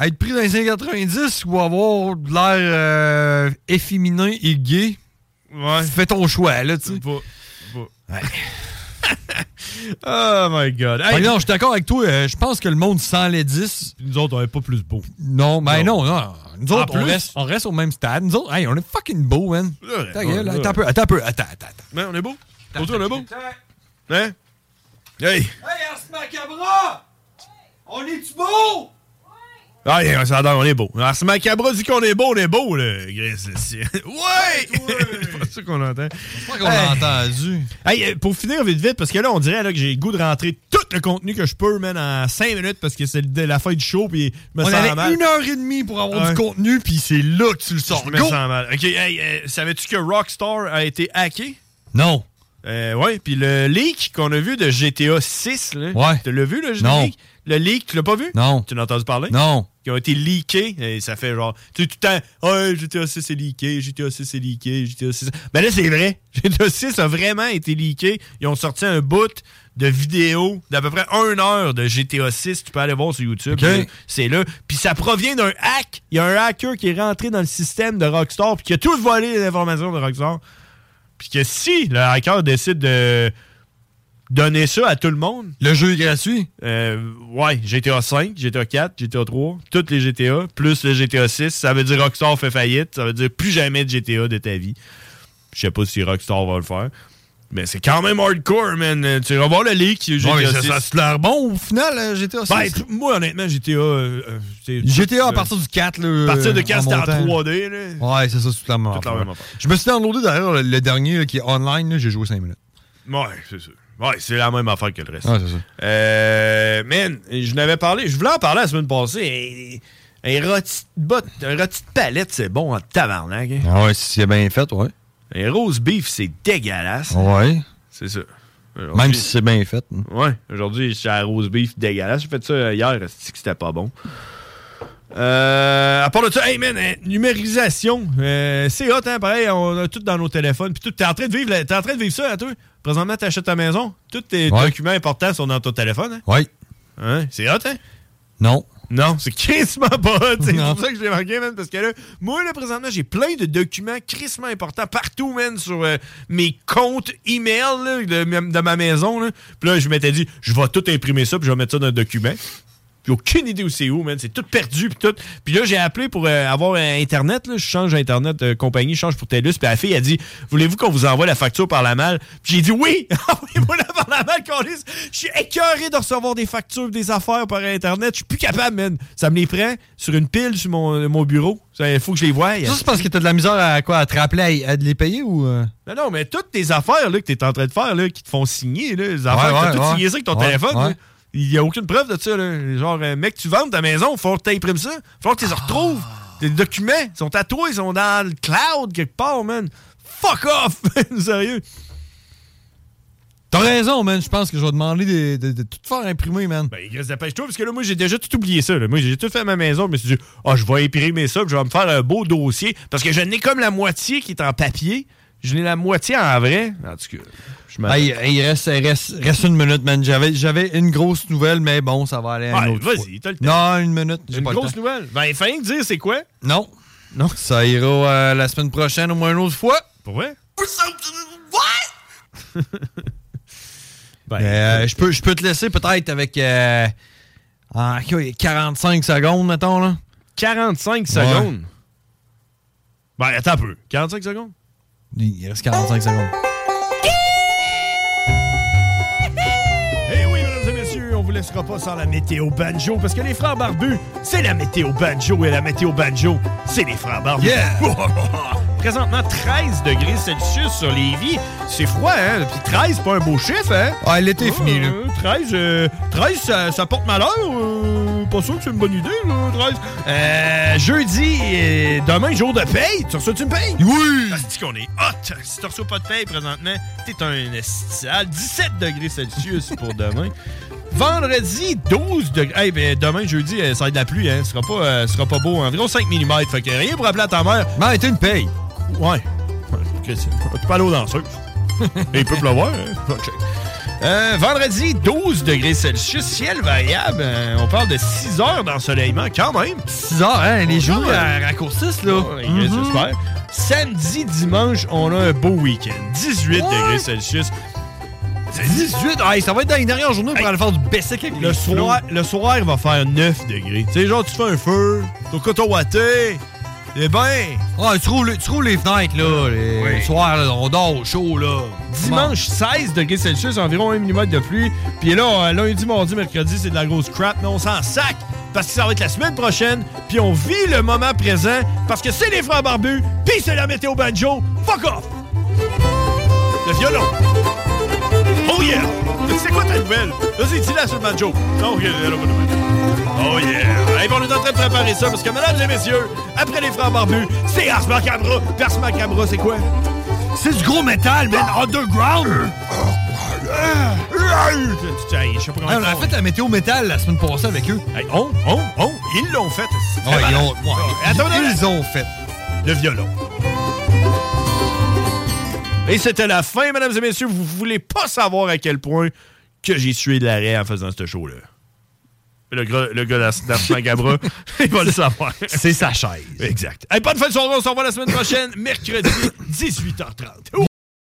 Speaker 9: Être pris dans les années 90 ou avoir de l'air euh, efféminé et gay.
Speaker 8: Ouais.
Speaker 9: Fais ton choix, là, tu sais.
Speaker 8: oh my god.
Speaker 9: Fait
Speaker 8: Hey.
Speaker 9: que non, je suis d'accord avec toi. euh, je pense que le monde sans les 10.
Speaker 8: Nous autres, on n'est pas plus beau.
Speaker 9: Non, ben non, non. Nous
Speaker 8: En
Speaker 9: autres, on,
Speaker 8: plus-
Speaker 9: reste, on reste au même stade. Nous autres, hey, on est fucking beau, man.
Speaker 8: Ouais,
Speaker 9: Ta
Speaker 8: ouais,
Speaker 9: gueule,
Speaker 8: ouais.
Speaker 9: attends un peu, attends un peu, attends, attends. attends.
Speaker 8: Mais on est beau. Pour toi, on est beau. Hein? Hey!
Speaker 20: Hey, Ars Macabra! On est-tu beau?
Speaker 8: Ah, yeah, ça adore, on est beau. Alors, si Macabra dit qu'on est beau, on est beau, là. Chris, c'est- Ouais! C'est pas ça qu'on entend.
Speaker 9: qu'on l'a entendu.
Speaker 8: Hey, euh, pour finir vite vite, parce que là, on dirait là, que j'ai le goût de rentrer tout le contenu que je peux, man, en 5 minutes, parce que c'est le- la fin du show, puis je me
Speaker 9: On
Speaker 8: sens
Speaker 9: avait
Speaker 8: mal.
Speaker 9: une heure et demie pour avoir
Speaker 8: Ouais.
Speaker 9: du contenu, puis c'est là que tu le sors.
Speaker 8: Je me
Speaker 9: Go!
Speaker 8: sens mal. OK, hey, euh, savais-tu que Rockstar a été hacké?
Speaker 9: Non.
Speaker 8: Euh, ouais, puis le leak qu'on a vu de GTA 6, là.
Speaker 9: Ouais.
Speaker 8: Tu l'as vu, le
Speaker 9: Non.
Speaker 8: leak? Le leak, tu l'as pas vu?
Speaker 9: Non.
Speaker 8: Tu l'as entendu parler?
Speaker 9: Non.
Speaker 8: Qui ont été leakés, et ça fait genre, tu sais, tout le temps, oh, GTA 6 est leaké, GTA 6 est leaké, GTA 6. Ben là, c'est vrai. GTA 6 a vraiment été leaké. Ils ont sorti un bout de vidéo d'à peu près une heure de GTA 6. Tu peux aller voir sur YouTube.
Speaker 9: Ok.
Speaker 8: là. C'est là. Puis ça provient d'un hack. Il y a un hacker qui est rentré dans le système de Rockstar, puis qui a tout volé les informations de Rockstar. Puis que si le hacker décide de donner ça à tout le monde. Euh,
Speaker 9: Le jeu est gratuit?
Speaker 8: ouais, GTA 5, GTA 4, GTA 3, toutes les GTA, plus le GTA 6. Ça veut dire Rockstar fait faillite. Ça veut dire plus jamais de GTA de ta vie. Je sais pas si Rockstar va le faire. Mais c'est quand même hardcore, man. Euh, Tu vas voir le leak. GTA
Speaker 9: mais ça-
Speaker 8: 6.
Speaker 9: ça a-tu l'air bon au final, euh, GTA 6?
Speaker 8: Ben, pff, moi, honnêtement, GTA. euh, euh, tu sais,
Speaker 9: GTA à
Speaker 8: euh,
Speaker 9: partir du 4. Là,
Speaker 8: à partir de
Speaker 9: euh,
Speaker 8: 4,
Speaker 9: en
Speaker 8: c'était en
Speaker 9: montant.
Speaker 8: 3D. Là.
Speaker 9: Ouais, c'est ça, c'est tout la même
Speaker 8: Toute la
Speaker 9: affaire.
Speaker 8: même affaire.
Speaker 9: Je me suis downloadé d'ailleurs le, le dernier là, qui est online, là, j'ai joué 5 minutes.
Speaker 8: Ouais, c'est ça. Ouais, c'est la même affaire que le reste.
Speaker 9: Ouais, c'est ça.
Speaker 8: Euh, man, je n'avais parlé, je voulais en parler la semaine passée. Un, un rôti de botte, un rôti de palette, c'est bon en tabarnak. hein.
Speaker 9: Ah ouais, si c'est bien fait, ouais.
Speaker 8: Un rose beef, c'est dégueulasse.
Speaker 9: Ouais.
Speaker 8: C'est ça. Aujourd'hui-
Speaker 9: Même si c'est bien fait. hein.
Speaker 8: Ouais, aujourd'hui, c'est un rose beef dégueulasse. J'ai fait ça hier, c'est que c'était pas bon. Euh, à part de ça, hey man, hein, numérisation, euh, c'est hot, hein, pareil, on a tout dans nos téléphones. Puis tout, t'es en train de vivre, la- t'es en train de vivre ça, hein, toi. Présentement, t'achètes ta maison, tous tes
Speaker 9: Ouais.
Speaker 8: documents importants sont dans ton téléphone. Hein?
Speaker 9: Ouais.
Speaker 8: Hein, C'est hot, hein?
Speaker 9: Non.
Speaker 8: Non, c'est crissement pas hot. C'est
Speaker 9: Non.
Speaker 8: pour ça que je l'ai marqué, man, parce que là, moi, là, présentement, j'ai plein de documents crissement importants partout, man, sur euh, mes comptes email là, de, ma- de ma maison. Là. Puis là, je m'étais dit, je vais tout imprimer ça, puis je vais mettre ça dans un document. J'ai aucune idée où c'est où, man. C'est tout perdu, puis tout. Puis là, j'ai appelé pour euh, avoir euh, Internet. Là. Je change Internet, euh, compagnie, je change pour TELUS. Puis la fille a dit, voulez-vous qu'on vous envoie la facture par la malle? Puis j'ai dit, oui! Envoyez-moi la par la malle, câlisse. Je suis écœuré de recevoir des factures, des affaires par Internet. Je suis plus capable, man. Ça me les prend sur une pile sur mon, mon bureau. Il faut que je les voie.
Speaker 9: Ça, c'est parce que t'as de la misère à quoi? À te rappeler à, à de les payer ou. euh?
Speaker 8: Non, non, mais toutes tes affaires là, que t'es en train de faire, là, qui te font signer, là, les affaires,
Speaker 9: Ouais,
Speaker 8: t'as
Speaker 9: ouais,
Speaker 8: tout
Speaker 9: ouais.
Speaker 8: signé ça avec ton
Speaker 9: Ouais,
Speaker 8: téléphone.
Speaker 9: ouais.
Speaker 8: là. Il n'y a aucune preuve de ça. Là. Genre, euh, mec, tu vends ta maison, faut que t'imprimes ça. Faut que tu les retrouves.
Speaker 9: Ah.
Speaker 8: Tes documents ils sont à toi, ils sont dans le cloud quelque part, man. Fuck off, man, sérieux. Ben.
Speaker 9: T'as raison, man. Je pense que je vais demander de, de- de tout faire imprimer, man.
Speaker 8: Ben, il reste dépêche-toi, parce que là, moi, j'ai déjà tout oublié ça. là. Moi, j'ai tout fait à ma maison. Je me suis dit, ah, je vais imprimer ça, puis je vais me faire un beau dossier. Parce que je n'ai comme la moitié qui est en papier. Je n'ai la moitié en vrai. En tout cas, je m'attends.
Speaker 9: Hey, hey, il reste, il reste, reste une minute, man. J'avais, j'avais une grosse nouvelle, mais bon, ça va aller. à une
Speaker 8: Ouais,
Speaker 9: autre
Speaker 8: vas-y, t'as
Speaker 9: fois.
Speaker 8: le temps.
Speaker 9: Non, une minute. J'ai
Speaker 8: Une
Speaker 9: pas le
Speaker 8: grosse
Speaker 9: temps.
Speaker 8: nouvelle. Ben, il fallait que dire c'est quoi?
Speaker 9: Non. Non. Ça ira euh, la semaine prochaine, au moins une autre fois.
Speaker 8: Pour vrai? Ben,
Speaker 9: Mais, euh, je, peux, je peux te laisser peut-être avec euh, en- 45 secondes, mettons. Là.
Speaker 8: 45
Speaker 9: secondes?
Speaker 8: Ben, attends un peu. 45 secondes?
Speaker 9: Il reste 45 secondes.
Speaker 8: Eh oui, mesdames et messieurs, on vous laissera pas sans la météo banjo, parce que les frères barbus, c'est la météo banjo, et la météo banjo, c'est les frères barbus. Présentement, 13 degrés Celsius sur Lévis. C'est froid, hein? Puis 13, c'est pas un beau chiffre, hein?
Speaker 9: Ah, l'été est fini, là.
Speaker 8: 13, euh, 13 ça, ça porte malheur. euh, pas sûr que c'est une bonne idée, là, 13. Euh, jeudi, euh, demain, jour de paye. Tu reçois-tu une paye? Oui! dit qu'on est hot. Si tu reçois pas de paye présentement, t'es un esti sale. 17 degrés Celsius pour demain. Vendredi, 12 degrés. Hey, ben, demain, jeudi, euh, ça va être de la pluie, hein. Ce sera pas, euh, ce sera pas beau. Environ 5 mm. Fait que rien pour appeler à ta mère. Mais t'es une paye. Ouais. Tu peux aller aux danseuses. Et il peut pleuvoir, hein. Ok. Euh, vendredi, 12 degrés Celsius, ciel variable. Euh, on parle de 6 heures d'ensoleillement, quand même. 6 heures, hein? Les jours raccourcissent, là. Mhm. J'espère. Samedi, dimanche, on a un beau week-end. 18 degrés Celsius. 18? Hey, ça va être dans les dernières journées pour aller faire du bessic avec le soir, Le soir, il va faire 9 degrés. Tu sais, genre, tu fais un feu, ton coton watté, eh ben...
Speaker 9: Ouais, tu roules, tu roules les fenêtres, là. les- Le soir, là, on dort au chaud, là.
Speaker 8: Dimanche, 16 degrés Celsius, environ 1 mm de pluie. Puis là, euh, lundi, mardi, mercredi, c'est de la grosse crap, mais on s'en sac parce que ça va être la semaine prochaine. Puis on vit le moment présent parce que c'est les frères barbus, puis c'est la météo banjo. Fuck off! Le violon. Oh yeah! C'est quoi ta nouvelle? Vas-y, dis-la sur le banjo. Non, ok, elle a pas de nouvelle. Oh yeah! Hey, on est en train de préparer ça parce que, mesdames et messieurs, après les frères barbus, c'est Ars Macabra. Puis Ars Macabra, c'est quoi? C'est du gros métal, man! Underground! Ah, Je sais pas comment
Speaker 9: Hey, on a
Speaker 8: ils font,
Speaker 9: fait la météo métal la semaine passée avec eux.
Speaker 8: on, on, on, ils l'ont fait.
Speaker 9: Ouais, ils ont, ouais.
Speaker 8: Attends,
Speaker 9: ils ont fait.
Speaker 8: Le violon. Et c'était la fin, mesdames et messieurs. Vous voulez pas savoir à quel point que j'ai sué de l'arrêt en faisant ce show-là. Le gars, le gars d'Ars- d'Ars Macabra, il va le savoir.
Speaker 9: C'est sa chaise.
Speaker 8: Exact. Hey, bonne fin de soirée, on se revoit la semaine prochaine, mercredi, 18h30.